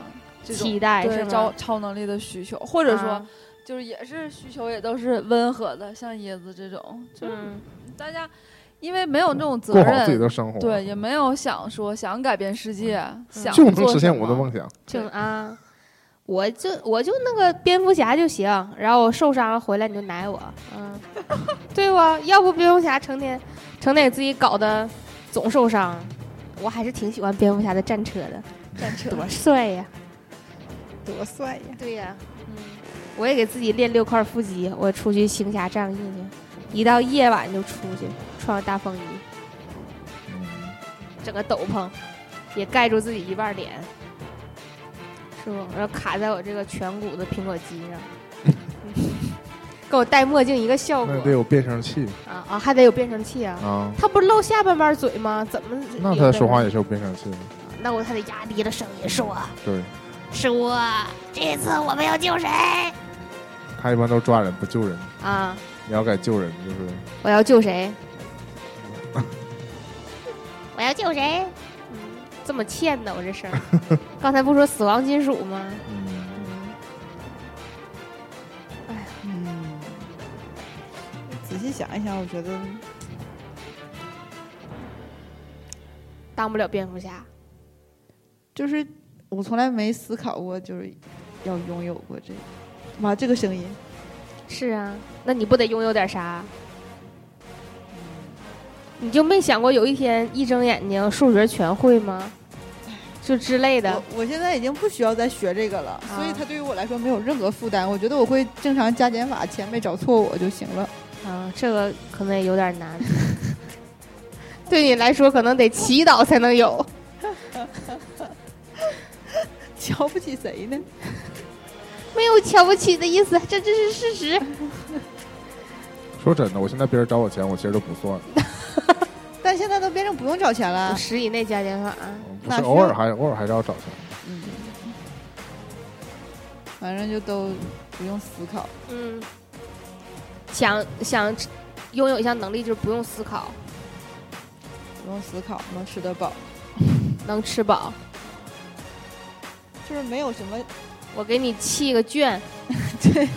Speaker 4: 这种
Speaker 3: 期待是
Speaker 4: 对超
Speaker 3: 吗？
Speaker 4: 超能力的需求，或者说
Speaker 3: 啊，
Speaker 4: 就是也是需求也都是温和的，像椰子这种，就是
Speaker 3: 嗯，
Speaker 4: 大家因为没有这种责
Speaker 2: 过好自己
Speaker 4: 任，
Speaker 2: 的生活，啊嗯
Speaker 4: 对，也没有想说想改变世界，想
Speaker 2: 就能
Speaker 4: 做
Speaker 2: 实
Speaker 4: 什
Speaker 2: 现我的
Speaker 4: 么嗯
Speaker 2: 梦想。
Speaker 3: 就啊，我就我就那个蝙蝠侠就行，然后我受伤了回来你就奶我， 嗯，对吧？要不蝙蝠侠成天成天给自己搞得总受伤，我还是挺喜欢蝙蝠侠的战车的，
Speaker 4: 战车。
Speaker 3: 多帅呀！
Speaker 5: 多帅呀！
Speaker 3: 对呀、嗯，我也给自己练六块腹肌，我出去行侠仗义去，一到夜晚就出去，穿个大风衣，
Speaker 2: 嗯，
Speaker 3: 整个斗篷，也盖住自己一半脸，是不？然后卡在我这个颧骨的苹果肌上，跟我戴墨镜一个效果
Speaker 2: 那得有变声器
Speaker 3: 啊啊，还得有变声器啊。
Speaker 2: 啊，
Speaker 3: 他不是露下半边嘴吗？怎么？
Speaker 2: 那他说话也，是有变声器的。
Speaker 3: 那我还得压低了声音说
Speaker 2: 对
Speaker 3: 说，这次我们要救谁
Speaker 2: 他一般都抓人不救人，
Speaker 3: 啊？
Speaker 2: 你要敢救人就是
Speaker 3: 我要救谁？我要救谁？嗯，这么欠呢，我这声儿。 刚才不说死亡金属吗？
Speaker 2: 嗯，
Speaker 5: 嗯，仔细想一想，我觉得
Speaker 3: 当不了蝙蝠侠。
Speaker 5: 就是我从来没思考过，就是要拥有过这个。妈，这个声音，
Speaker 3: 是啊，那你不得拥有点啥？你就没想过有一天一睁眼睛数学全会吗？就之类的
Speaker 5: 我。我现在已经不需要再学这个了，所以它对于我来说没有任何负担。我觉得我会正常加减法，钱没找错我就行了。
Speaker 3: 啊，这个可能也有点难。 对你来说，可能得祈祷才能有。
Speaker 5: 瞧不起谁呢？
Speaker 3: 没有瞧不起的意思，这这是事实。
Speaker 2: 说真的，我现在别人找我钱，我其实都不算，
Speaker 5: 但现在都变成不用找钱了。
Speaker 3: 啊十以内加减法。啊
Speaker 2: 嗯不
Speaker 5: 那
Speaker 2: 是
Speaker 5: 是
Speaker 2: 偶尔还偶尔还是要找钱。
Speaker 5: 嗯，反正就都不用思考。
Speaker 3: 嗯，想想拥有一项能力，就是不用思考，
Speaker 5: 不用思考，能吃得饱，
Speaker 3: 能吃饱。
Speaker 5: 就是没有什么，
Speaker 3: 我给你砌个卷，
Speaker 5: 对，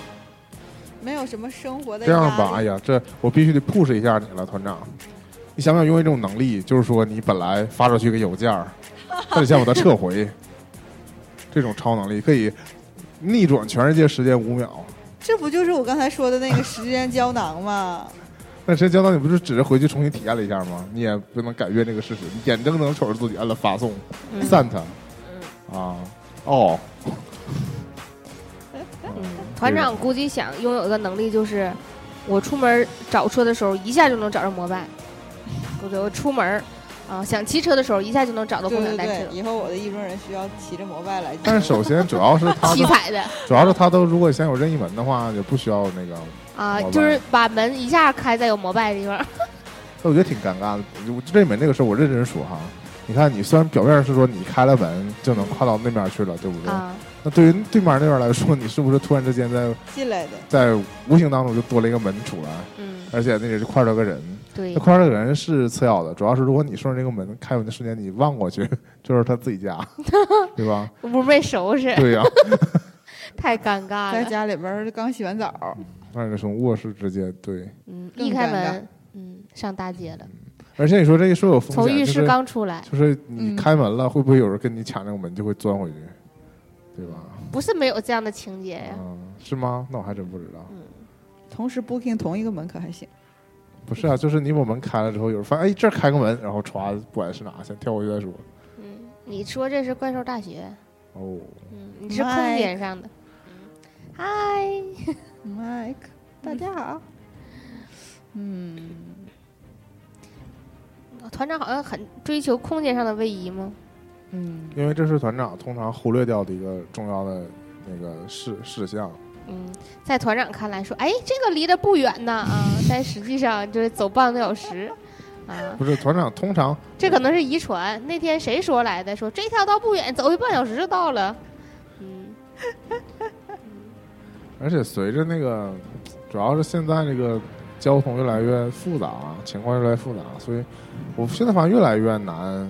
Speaker 5: 没有什么生活的
Speaker 2: 这样吧，
Speaker 5: 压
Speaker 2: 哎
Speaker 5: 力
Speaker 2: 呀，这我必须得 push 一下你了，团长。你想不想拥有一种能力，就是说你本来发出去一个邮件儿，他得先把它撤回， 这种超能力可以逆转全世界时间五秒。
Speaker 5: 这不就是我刚才说的那个时间胶囊吗？
Speaker 2: 那谁教导你不是只是回去重新体验了一下吗？你也不能改变这个事实，你眼睁睁瞅着自己按了发送、
Speaker 3: 嗯
Speaker 2: sent 啊，哦，
Speaker 3: 嗯，团长估计想拥有一个能力，就是我出门找车的时候，一下就能找着摩拜。不对，我出门儿啊、想骑车的时候，一下就能找到
Speaker 5: 对
Speaker 3: 共享
Speaker 5: 对
Speaker 3: 单
Speaker 5: 对，
Speaker 3: 车，
Speaker 5: 以后我的意中人需要骑着摩拜来接我。
Speaker 2: 但是首先主要是 他
Speaker 3: 七
Speaker 2: 都，
Speaker 3: 彩的
Speaker 2: 主要是他都如果先有任意门的话，也不需要那个，
Speaker 3: 啊、
Speaker 2: 摩拜
Speaker 3: 就是把门一下开在有摩拜的地方。
Speaker 2: 那我觉得挺尴尬的。我任意门这个事儿，我认真说哈，你看你虽然表面上是说你开了门就能跨到那边去了，对不对？
Speaker 3: 啊，
Speaker 2: 那对于对面那边来说，你是不是突然之间在
Speaker 5: 进来的，
Speaker 2: 在无形当中就多了一个门出来？
Speaker 3: 嗯，
Speaker 2: 而且那也是块着个人，
Speaker 3: 对
Speaker 2: 那，块着个人是次要的，主要是如果你顺着这个门开门的瞬间你望过去， 就是他自己 家，对吧？
Speaker 3: 屋没收拾，
Speaker 2: 对呀、
Speaker 3: 太尴尬
Speaker 5: 在
Speaker 3: 了。
Speaker 5: 家里边儿刚洗完澡，
Speaker 2: 那个从卧室直接对，
Speaker 3: 嗯，
Speaker 5: 更
Speaker 3: 一开
Speaker 5: 尴
Speaker 3: 门，嗯，上大街了。
Speaker 2: 而且你说这一说有风
Speaker 3: 从
Speaker 2: 险，
Speaker 3: 浴
Speaker 2: 就
Speaker 3: 室
Speaker 2: 是
Speaker 3: 刚出来，
Speaker 2: 就是你
Speaker 5: 嗯
Speaker 2: 开门了，会不会有人跟你抢那个门就会钻回去，对吧？
Speaker 3: 不是没有这样的情节呀。
Speaker 2: 嗯，是吗？那我还真不知道。
Speaker 5: 同时 booking 同一个门可还行。
Speaker 2: 不是啊，就是你把门开了之后，有人发现哎这儿开个门，然后歘，不管是哪，先跳过去再说。
Speaker 3: 嗯，你说这是怪兽大学，
Speaker 2: 哦，
Speaker 3: 嗯，你是空
Speaker 5: 麦
Speaker 3: 间上的。嗯嗨，
Speaker 5: Mike，大家好。
Speaker 4: 嗯，
Speaker 3: 团长好像很追求空间上的位移吗？
Speaker 4: 嗯，
Speaker 2: 因为这是团长通常忽略掉的一个重要的那个事事项。
Speaker 3: 嗯，在团长看来说，哎，这个离得不远呐啊， 但实际上就是走半个小时，啊，
Speaker 2: 不是团长通常
Speaker 3: 这可能是遗传。那天谁说来的？说这条道不远，走一半小时就到了。嗯，
Speaker 2: 而且随着那个，主要是现在这个交通越来越复杂，啊情况越来越复杂，所以我现在发现越来越难。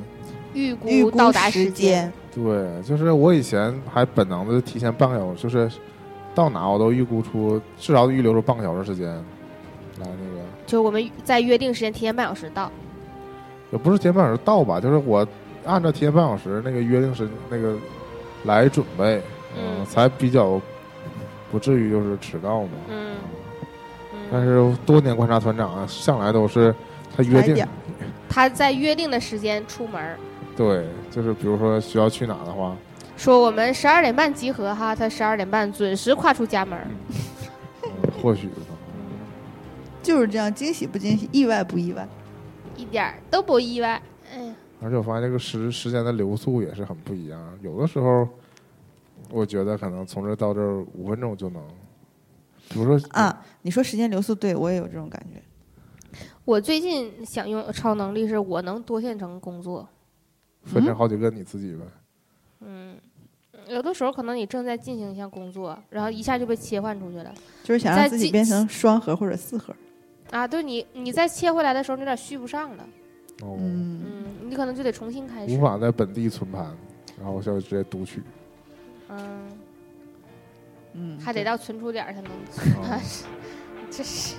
Speaker 3: 预
Speaker 5: 预
Speaker 3: 估
Speaker 5: 估
Speaker 3: 到达
Speaker 5: 时
Speaker 3: 间，
Speaker 5: 间，
Speaker 2: 对，就是我以前还本能的提前半个小时，就是到哪我都预估出至少预留出半个小时时间来那个，
Speaker 3: 就我们在约定时间提前半小时到。
Speaker 2: 也不是提前半小时到吧，就是我按照提前半小时那个约定时那个来准备，
Speaker 3: 嗯
Speaker 2: 才比较不至于就是迟到嘛。
Speaker 3: 嗯
Speaker 2: 但
Speaker 3: 嗯，
Speaker 2: 是多年观察团长啊，向来都是他约
Speaker 5: 踩
Speaker 2: 定
Speaker 5: 点儿
Speaker 3: 他在约定的时间出门儿，
Speaker 2: 对，就是比如说需要去哪的话，
Speaker 3: 说我们十二点半集合哈，他十二点半准时跨出家门儿。
Speaker 2: 嗯、或许吧。
Speaker 5: 就是这样，惊喜不惊喜，意外不意外。
Speaker 3: 一点儿都不意外。哎，
Speaker 2: 而且我发现这个时时间的流速也是很不一样，有的时候我觉得可能从这儿到这儿五分钟就能，比如说，
Speaker 5: 啊，你说时间流速对我也有这种感觉。
Speaker 3: 我最近想用超能力，是我能多线程工作。
Speaker 2: 分成好几个你自己呗。
Speaker 3: 嗯，有的时候可能你正在进行一项工作，然后一下就被切换出去了。
Speaker 5: 就是想让
Speaker 3: 在
Speaker 5: 自己
Speaker 3: 进
Speaker 5: 变成双核或者四核。
Speaker 3: 啊，对你，你再切回来的时候，你有点续不上了。
Speaker 2: 哦，
Speaker 5: 嗯，
Speaker 3: 嗯，你可能就得重新开始
Speaker 2: 无。法在本地存盘，然后就直接读取。
Speaker 3: 嗯，
Speaker 5: 嗯
Speaker 3: 还得
Speaker 5: 对
Speaker 3: 到存储点儿才能，
Speaker 2: 啊
Speaker 3: 这 是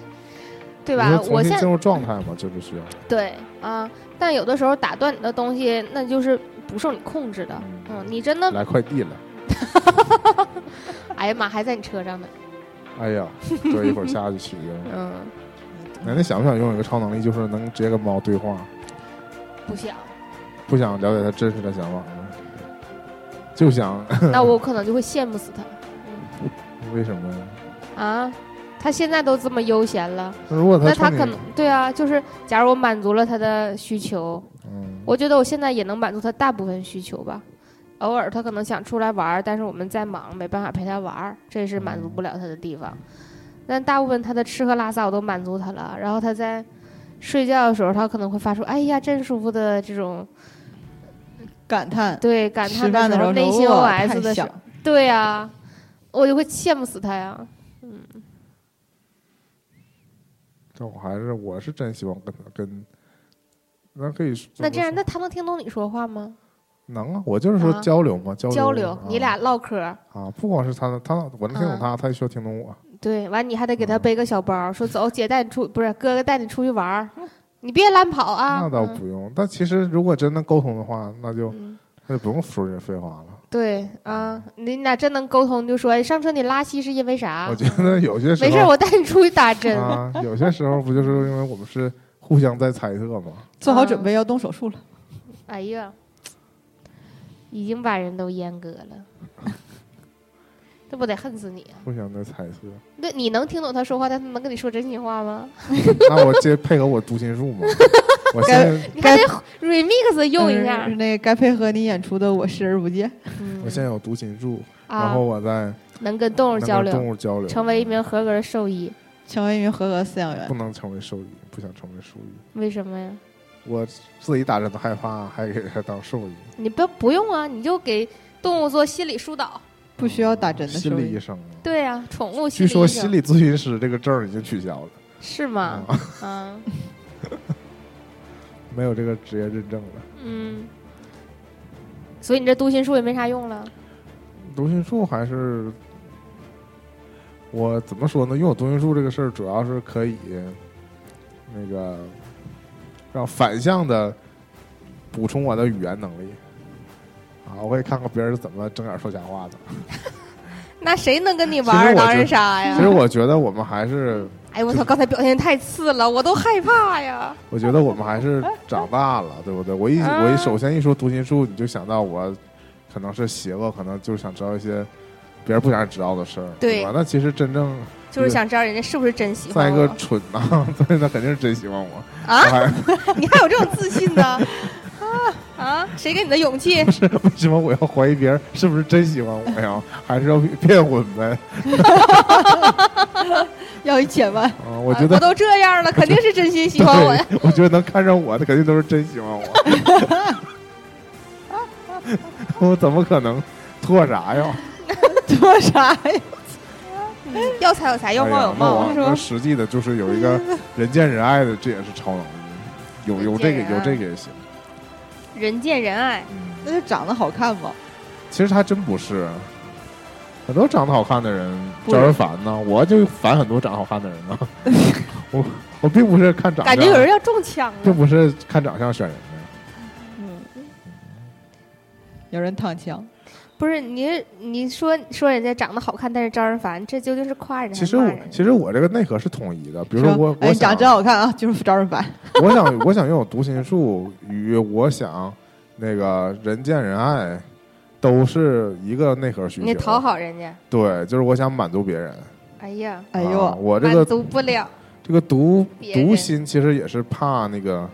Speaker 3: 对
Speaker 2: 你
Speaker 3: 吧
Speaker 2: 说？重
Speaker 3: 我
Speaker 2: 新
Speaker 3: 现
Speaker 2: 进入状态嘛，这就需要。
Speaker 3: 对啊，但有的时候打断你的东西，那就是不受你控制的。
Speaker 2: 嗯
Speaker 3: 嗯，你真的，
Speaker 2: 来快递了，
Speaker 3: 哎呀妈，还在你车上呢。
Speaker 2: 哎呀，这一会儿下去取一个。
Speaker 3: 嗯，
Speaker 2: 奶奶想不想拥有一个超能力，就是能直接跟猫对话？
Speaker 3: 不 想。
Speaker 2: 不想了解他真实的想法吗？就想
Speaker 3: 那我可能就会羡慕死他
Speaker 2: 为什么呀？
Speaker 3: 啊！他现在都这么悠闲了，
Speaker 2: 那如果
Speaker 3: 那
Speaker 2: 冲
Speaker 3: 他
Speaker 2: 你，
Speaker 3: 可能对啊，就是假如我满足了他的需求，
Speaker 2: 嗯，
Speaker 3: 我觉得我现在也能满足他大部分需求吧。偶尔他可能想出来玩儿，但是我们在忙，没办法陪他玩儿，这是满足
Speaker 5: 嗯
Speaker 3: 不了他的地方。但大部分他的吃喝拉撒我都满足他了，然后他在睡觉的时候，他可能会发出“哎呀，真舒服”的这种
Speaker 5: 感叹。
Speaker 3: 对感
Speaker 5: 吃
Speaker 3: 叹
Speaker 5: 饭
Speaker 3: 的
Speaker 5: 的时候
Speaker 3: 内
Speaker 5: 说
Speaker 3: 心
Speaker 5: 哇
Speaker 3: OS
Speaker 5: 太
Speaker 3: 的时候
Speaker 5: 香，
Speaker 3: 对呀、我就会羡慕死他呀。
Speaker 2: 但我还是我是真希望跟他跟，那可以说
Speaker 3: 那这样，那他能听懂你说话吗？
Speaker 2: 能啊？我就是说
Speaker 3: 啊
Speaker 2: 交流嘛，交流
Speaker 3: 交
Speaker 2: 交
Speaker 5: 啊
Speaker 3: 流，你俩啊唠嗑儿，
Speaker 2: 啊，不光是他，他我能听懂他，他也需要听懂我。
Speaker 3: 对，完你还得给
Speaker 2: 嗯
Speaker 3: 他背个小包，说走，姐带你出，不是哥哥带你出去玩儿，你别乱跑啊。
Speaker 2: 那倒
Speaker 3: 嗯
Speaker 2: 不用，但其实如果真能沟通的话，那就
Speaker 3: 嗯
Speaker 2: 那就不用说这些废话了。
Speaker 3: 对啊，你俩真能沟通，就说哎上车你拉稀是因为啥
Speaker 2: 我？觉得有些时
Speaker 3: 没事儿，啊
Speaker 2: 候
Speaker 3: 我带你出去打针。
Speaker 2: 啊，有些时候不就是因为我们是互相在猜测嘛？
Speaker 5: 做好
Speaker 3: 嗯
Speaker 5: 准备要动手术了。
Speaker 3: 哎呀，已经把人都阉割了， 这不得恨死你啊！
Speaker 2: 互相在猜测。
Speaker 3: 那你能听懂他说话，但他能跟你说真心话吗？
Speaker 2: 那我接配合我读心术 嘛？我现在
Speaker 3: 你还得 remix 用一下
Speaker 5: 嗯。那个该配合你演出的我视而不见。
Speaker 3: 嗯
Speaker 2: 我现在有读心术，然
Speaker 3: 啊
Speaker 2: 后，我再
Speaker 3: 能跟动物
Speaker 2: 能
Speaker 3: 交
Speaker 2: 跟
Speaker 3: 流。
Speaker 2: 动物嗯交流，
Speaker 3: 成为一名合格的兽医，
Speaker 5: 成为一名合格饲养员
Speaker 2: 不，能成为兽医，不想成为兽医。
Speaker 3: 为什么呀？
Speaker 2: 我自己打针都害怕，还给他当兽医。
Speaker 3: 你不不用啊，你就给动物做心理疏导，
Speaker 5: 不需要打针的
Speaker 2: 心
Speaker 5: 兽
Speaker 2: 理医
Speaker 5: 医。
Speaker 2: 生啊。
Speaker 3: 对呀、宠物心
Speaker 2: 据
Speaker 3: 理医
Speaker 2: 说
Speaker 3: 生
Speaker 2: 心理咨询师这个证儿已经取消了，
Speaker 3: 是吗？
Speaker 2: 啊
Speaker 3: 嗯
Speaker 2: 没有这个职业认证了。
Speaker 3: 嗯，所以你这读心术也没啥用了。
Speaker 2: 读心术还是我怎么说呢？用我读心术这个事儿，主要是可以那个让反向的补充我的语言能力啊，我也看看别人是怎么睁眼说瞎话的。
Speaker 3: 那谁能跟你
Speaker 2: 其实
Speaker 3: 玩
Speaker 2: 我
Speaker 3: 狼人
Speaker 2: 觉
Speaker 3: 杀呀
Speaker 2: 其？实我觉得我们还是，
Speaker 3: 哎呦我操！刚才表现太次了，我都害怕呀。
Speaker 2: 我觉得我们还是长大了，对不对？我一我一
Speaker 3: 啊
Speaker 2: 首先一说读心术，你就想到我可能是邪恶，可能就是想知道一些别人不想知道的事儿，
Speaker 3: 对
Speaker 2: 吧？那其实真正
Speaker 3: 就是想知道人家是不是真喜
Speaker 2: 再
Speaker 3: 欢
Speaker 2: 一
Speaker 3: 我
Speaker 2: 个蠢呐、 所以他肯定是真喜欢我。我
Speaker 3: 啊？
Speaker 2: 还
Speaker 3: 你还有这种自信呢？ 啊啊！谁给你的勇气？
Speaker 2: 为什么我要怀疑别人是不是真喜欢我呀？还是要骗混呗？
Speaker 5: 要一千万，
Speaker 2: 啊，我
Speaker 3: 啊
Speaker 2: 觉得、
Speaker 3: 我都这样了，肯定是真心喜欢我呀。
Speaker 2: 对，我觉得能看上我的肯定都是真喜欢我。 我怎么可能拓啥呀？
Speaker 5: 做啥呀？
Speaker 3: 要财有财，要
Speaker 2: 哎
Speaker 3: 貌
Speaker 2: 呀
Speaker 3: 有
Speaker 2: 那
Speaker 3: 貌，啊
Speaker 2: 我
Speaker 3: 是
Speaker 2: 那
Speaker 3: 吧？
Speaker 2: 实际的就是有一个人见人爱的，这也是超能力。有有这个
Speaker 3: 人见人
Speaker 2: 有
Speaker 3: 爱
Speaker 2: 这个也行。
Speaker 3: 人见人爱，
Speaker 2: 嗯，
Speaker 5: 那就长得好看嘛。
Speaker 2: 其实还真不是，很多长得好看的人
Speaker 5: 不
Speaker 2: 招人烦呢。我就烦很多长得好看的人呢。 我我并不是看长相，
Speaker 3: 感觉有人要中枪
Speaker 2: 并
Speaker 3: 了。
Speaker 2: 不是看长相选人的。
Speaker 5: 有人躺枪，
Speaker 3: 不是你，你说说人家长得好看，但是招人烦，这究竟是夸人还
Speaker 2: 其
Speaker 3: 是
Speaker 2: 实
Speaker 3: 骂
Speaker 2: 我
Speaker 3: 人？
Speaker 2: 其实我这个内核是统一的，比如说我
Speaker 5: 哎，
Speaker 2: 我
Speaker 5: 你
Speaker 2: 想
Speaker 5: 长得真好看啊，就是招人烦。
Speaker 2: 我想我想拥有读心术与我想那个人见人爱，都是一个内核需求。
Speaker 3: 你讨好人家，
Speaker 2: 对，就是我想满足别人。
Speaker 3: 哎呀，
Speaker 5: 哎
Speaker 2: 啊
Speaker 5: 呦，
Speaker 2: 我这
Speaker 3: 满
Speaker 2: 个
Speaker 3: 足不了，
Speaker 2: 这个读
Speaker 3: 别人
Speaker 2: 读心其实也是怕那个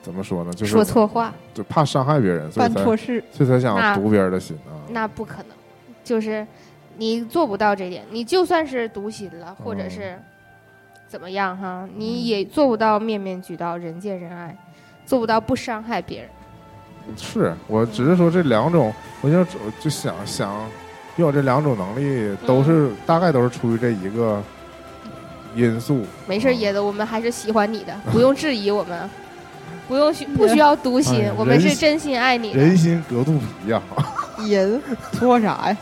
Speaker 2: 怎么说呢，就是
Speaker 3: 说错话
Speaker 2: 就怕伤害别人，所以
Speaker 5: 办
Speaker 2: 才
Speaker 5: 错事，
Speaker 2: 所以才想
Speaker 3: 那
Speaker 2: 读别人的心啊。
Speaker 3: 那不可能，就是你做不到这点。你就算是读心了，或者
Speaker 2: 嗯
Speaker 3: 是怎么样哈，
Speaker 2: 嗯
Speaker 3: 你也做不到面面俱到，人见人爱，做不到不伤害别人。
Speaker 2: 是我只是说这两种，我就就想想拥有这两种能力，都是、
Speaker 3: 嗯
Speaker 2: 大概都是出于这一个因素。
Speaker 3: 没事儿，
Speaker 2: 嗯
Speaker 3: 椰子，我们还是喜欢你的，不用质疑我们，不用需不需要读
Speaker 2: 哎
Speaker 3: 心
Speaker 2: 呀，
Speaker 3: 我们
Speaker 2: 人
Speaker 3: 是真心爱你
Speaker 2: 人
Speaker 3: 的。
Speaker 2: 心隔肚皮呀、
Speaker 5: 也搓啥呀？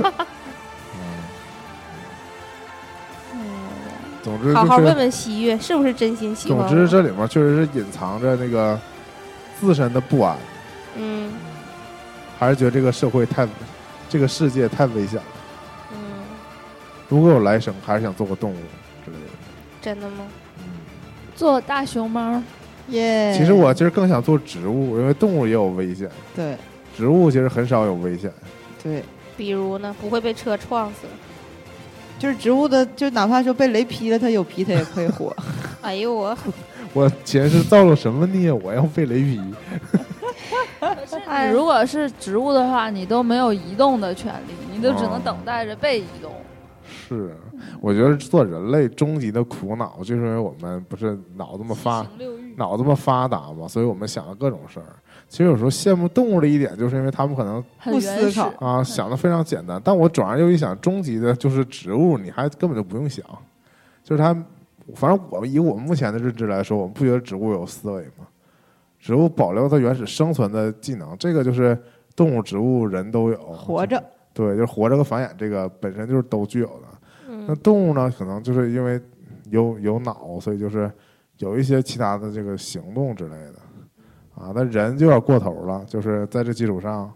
Speaker 3: 嗯
Speaker 2: 总之
Speaker 3: 好好
Speaker 2: 就
Speaker 3: 问
Speaker 2: 是，
Speaker 3: 问西月是不是真心喜欢
Speaker 2: 总
Speaker 3: 我？
Speaker 2: 之这里面确实是隐藏着那个自身的不安，
Speaker 3: 嗯
Speaker 2: 还是觉得这个社会太，这个世界太危险了。
Speaker 3: 嗯，
Speaker 2: 如果有来生，还是想做个动物之类的。
Speaker 3: 真的吗？
Speaker 4: 做大熊猫，
Speaker 5: 耶！
Speaker 2: 其实我其实更想做植物，因为动物也有危险，
Speaker 5: 对
Speaker 2: 植物其实很少有危险。
Speaker 5: 对，
Speaker 3: 比如呢，不会被车撞死。
Speaker 5: 就是植物的，就哪怕说被雷劈了，它有皮它也可以活。
Speaker 3: 哎呦我，
Speaker 2: 我前世造了什么孽？我要被雷劈？
Speaker 3: 哎
Speaker 4: 你如果是植物的话，你都没有移动的权利，你就只
Speaker 2: 啊
Speaker 4: 能等待着被移动。
Speaker 2: 是，我觉得做人类终极的苦恼，就是因为我们不是脑这么发
Speaker 4: 七情六欲，
Speaker 2: 脑这么发达嘛，所以我们想了各种事儿。其实有时候羡慕动物的一点，就是因为他们可能
Speaker 4: 很
Speaker 5: 不
Speaker 4: 原
Speaker 5: 思
Speaker 4: 始
Speaker 5: 考。
Speaker 2: 啊想的非常简单，但我转而又一想，终极的就是植物，你还根本就不用想，就是它，反正我以我目前的认知来说，我们不觉得植物有思维嘛，植物保留它原始生存的技能，这个就是动物、植物、人都有
Speaker 5: 活着，
Speaker 2: 对，就是活着和繁衍这个本身就是都具有的。那
Speaker 3: 嗯
Speaker 2: 动物呢，可能就是因为有有脑，所以就是有一些其他的这个行动之类的啊。那人就有点过头了，就是在这基础上，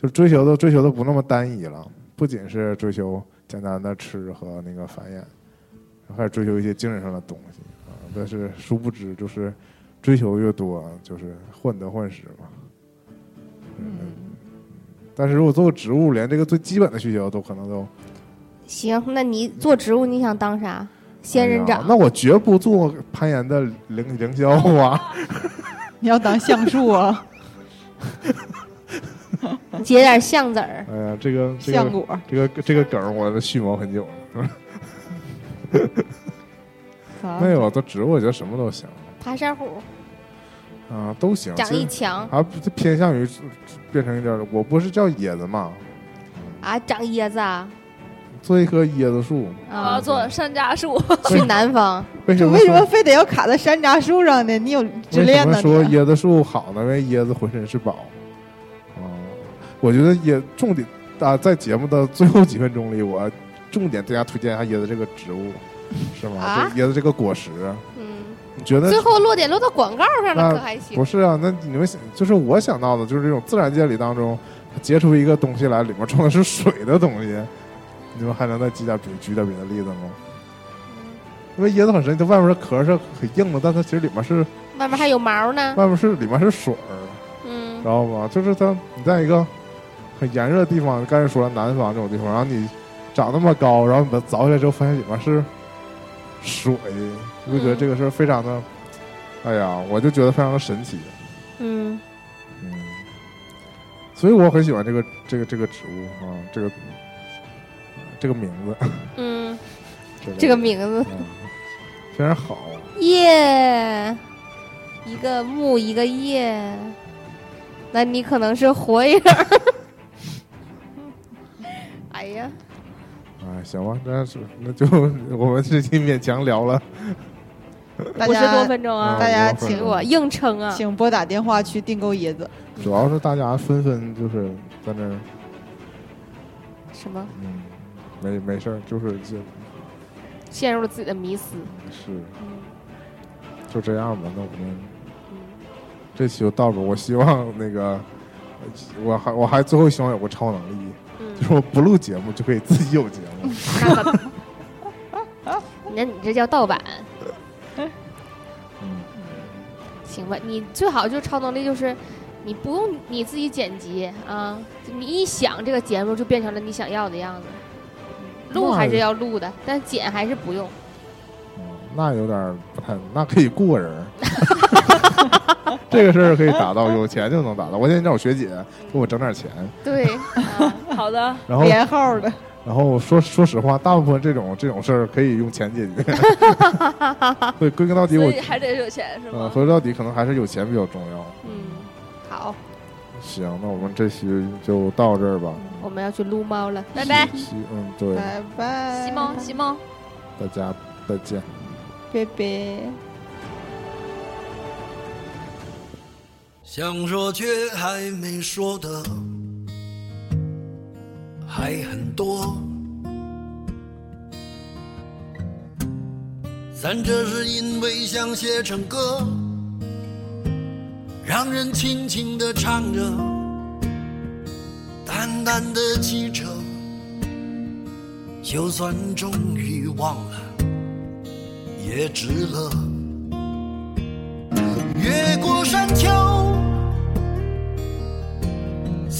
Speaker 2: 就追求的追求的不那么单一了，不仅是追求简单的吃和那个繁衍，还有追求一些精神上的东西啊。但是殊不知，就是追求越多，就是患得患失嘛。
Speaker 5: 嗯，
Speaker 2: 但是如果做个植物，连这个最基本的需求都可能都
Speaker 3: 行，那你做植物你想当啥？仙人
Speaker 2: 哎呀
Speaker 3: 掌？
Speaker 2: 那我绝不做攀岩的凌凌霄 啊！
Speaker 5: 你要当橡树啊，
Speaker 3: 结点橡子儿？
Speaker 2: 哎呀，这个 这
Speaker 5: 橡
Speaker 2: 个
Speaker 5: 果啊儿，
Speaker 2: 这个这个梗儿我蓄谋很久了。
Speaker 5: 啊
Speaker 2: 没有，做植物我觉得什么都行
Speaker 3: 爬山虎？
Speaker 2: 啊，都行。
Speaker 3: 长
Speaker 2: 其
Speaker 3: 一
Speaker 2: 实
Speaker 3: 墙？
Speaker 2: 啊，不偏向于变成一点儿，我不是叫野子嘛，
Speaker 3: 啊，长椰子 啊，
Speaker 2: 做一棵椰子树，
Speaker 4: 我要
Speaker 3: 啊，
Speaker 4: 做山楂树，
Speaker 3: 去南方，
Speaker 2: 为什
Speaker 5: 就
Speaker 2: 么
Speaker 5: 为什
Speaker 2: 说
Speaker 5: 么非得要卡在山楂树上呢？你有执
Speaker 2: 为什
Speaker 5: 念
Speaker 2: 么
Speaker 5: 呢？
Speaker 2: 说
Speaker 5: 你
Speaker 2: 椰子树好呢？因为椰子浑身是宝。哦、我觉得也重点啊，在节目的最后几分钟里，我重点对大家推荐一下椰子这个植物，是吗？
Speaker 3: 啊
Speaker 2: 这椰子这个果实，
Speaker 3: 嗯，
Speaker 2: 你觉得
Speaker 3: 最后落点落到广告上
Speaker 2: 那
Speaker 3: 了，可还行
Speaker 2: 不。是啊？那你们想，就是我想到的，就是这种自然界里当中结出一个东西来，里面装的是水的东西，你们还能再举点别举点别的例子吗？
Speaker 3: 嗯
Speaker 2: 因为椰子很神奇，它外面的壳是很硬的，但它其实里面是
Speaker 3: 外面还有毛呢，
Speaker 2: 外面是里面是水儿。
Speaker 3: 嗯
Speaker 2: 知，道吗？就是它，你在一个很炎热的地方，刚才说了南方这种地方，然后你长那么高，然后你把它凿下来之后，发现里面是水，你会觉得
Speaker 3: 嗯
Speaker 2: 这个事儿非常的，哎呀，我就觉得非常的神奇，
Speaker 3: 嗯，
Speaker 2: 嗯，所以我很喜欢这个这个这个植物啊，这个这个名字，
Speaker 3: 嗯，
Speaker 2: 这个
Speaker 3: 这个名字
Speaker 2: 嗯非常好，
Speaker 3: 叶，一个木一个叶，那你可能是火影。哎呀，
Speaker 2: 哎，行吧，那是那就我们这期勉强聊了，
Speaker 5: 大
Speaker 3: 五十多
Speaker 5: 家
Speaker 3: 分钟啊
Speaker 5: 大，家
Speaker 2: 嗯
Speaker 5: 请
Speaker 3: 给我硬撑啊！
Speaker 5: 请拨打电话去订购椰子。
Speaker 2: 主要是大家纷纷就是在那儿。
Speaker 3: 什么
Speaker 2: 嗯，没没事儿，就是这
Speaker 3: 陷入了自己的迷思？
Speaker 2: 是
Speaker 3: 嗯
Speaker 2: 就这样吧。那我们
Speaker 3: 嗯
Speaker 2: 这期就到这儿，我希望那个，我还我还最后希望有个超能力， 就
Speaker 3: 嗯，
Speaker 2: 是我不录节目就可以自己有节目。
Speaker 3: 那可 那你这叫盗版。
Speaker 2: 嗯，
Speaker 3: 行吧，你最好就是超能力就是，你不用你自己剪辑啊，你一想这个节目就变成了你想要的样子。录还是要录的，但剪还是不用。
Speaker 2: 嗯那有点儿不太，那可以过人儿。 这个事儿可以达到，有钱就能达到。我现在让我学姐给我整点钱，
Speaker 3: 对， 啊
Speaker 4: 好的，
Speaker 2: 然后
Speaker 5: 连号的，
Speaker 2: 然后说说实话，大部分这种这种事儿可以用钱 解决。对，归根到底
Speaker 4: 所
Speaker 2: 我
Speaker 4: 以还得有啊钱是
Speaker 2: 呃，
Speaker 4: 吗？
Speaker 2: 回归到底可能还是有钱比较重要。
Speaker 3: 嗯，好，
Speaker 2: 行，那我们这期就到这儿吧。
Speaker 3: 我们要去撸猫了。
Speaker 4: 拜拜，
Speaker 2: 希嗯，对，
Speaker 5: 拜拜，
Speaker 4: 西蒙，西蒙。
Speaker 2: 大家再见。
Speaker 5: 拜拜。
Speaker 7: 想说却还没说的还很多。咱这是因为想写成歌，让人轻轻地唱着，淡淡的记着，就算终于忘了，也值了。越过山丘，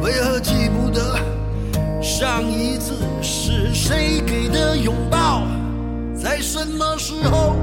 Speaker 7: 为何记不得上一次是谁给的拥抱，在什么时候？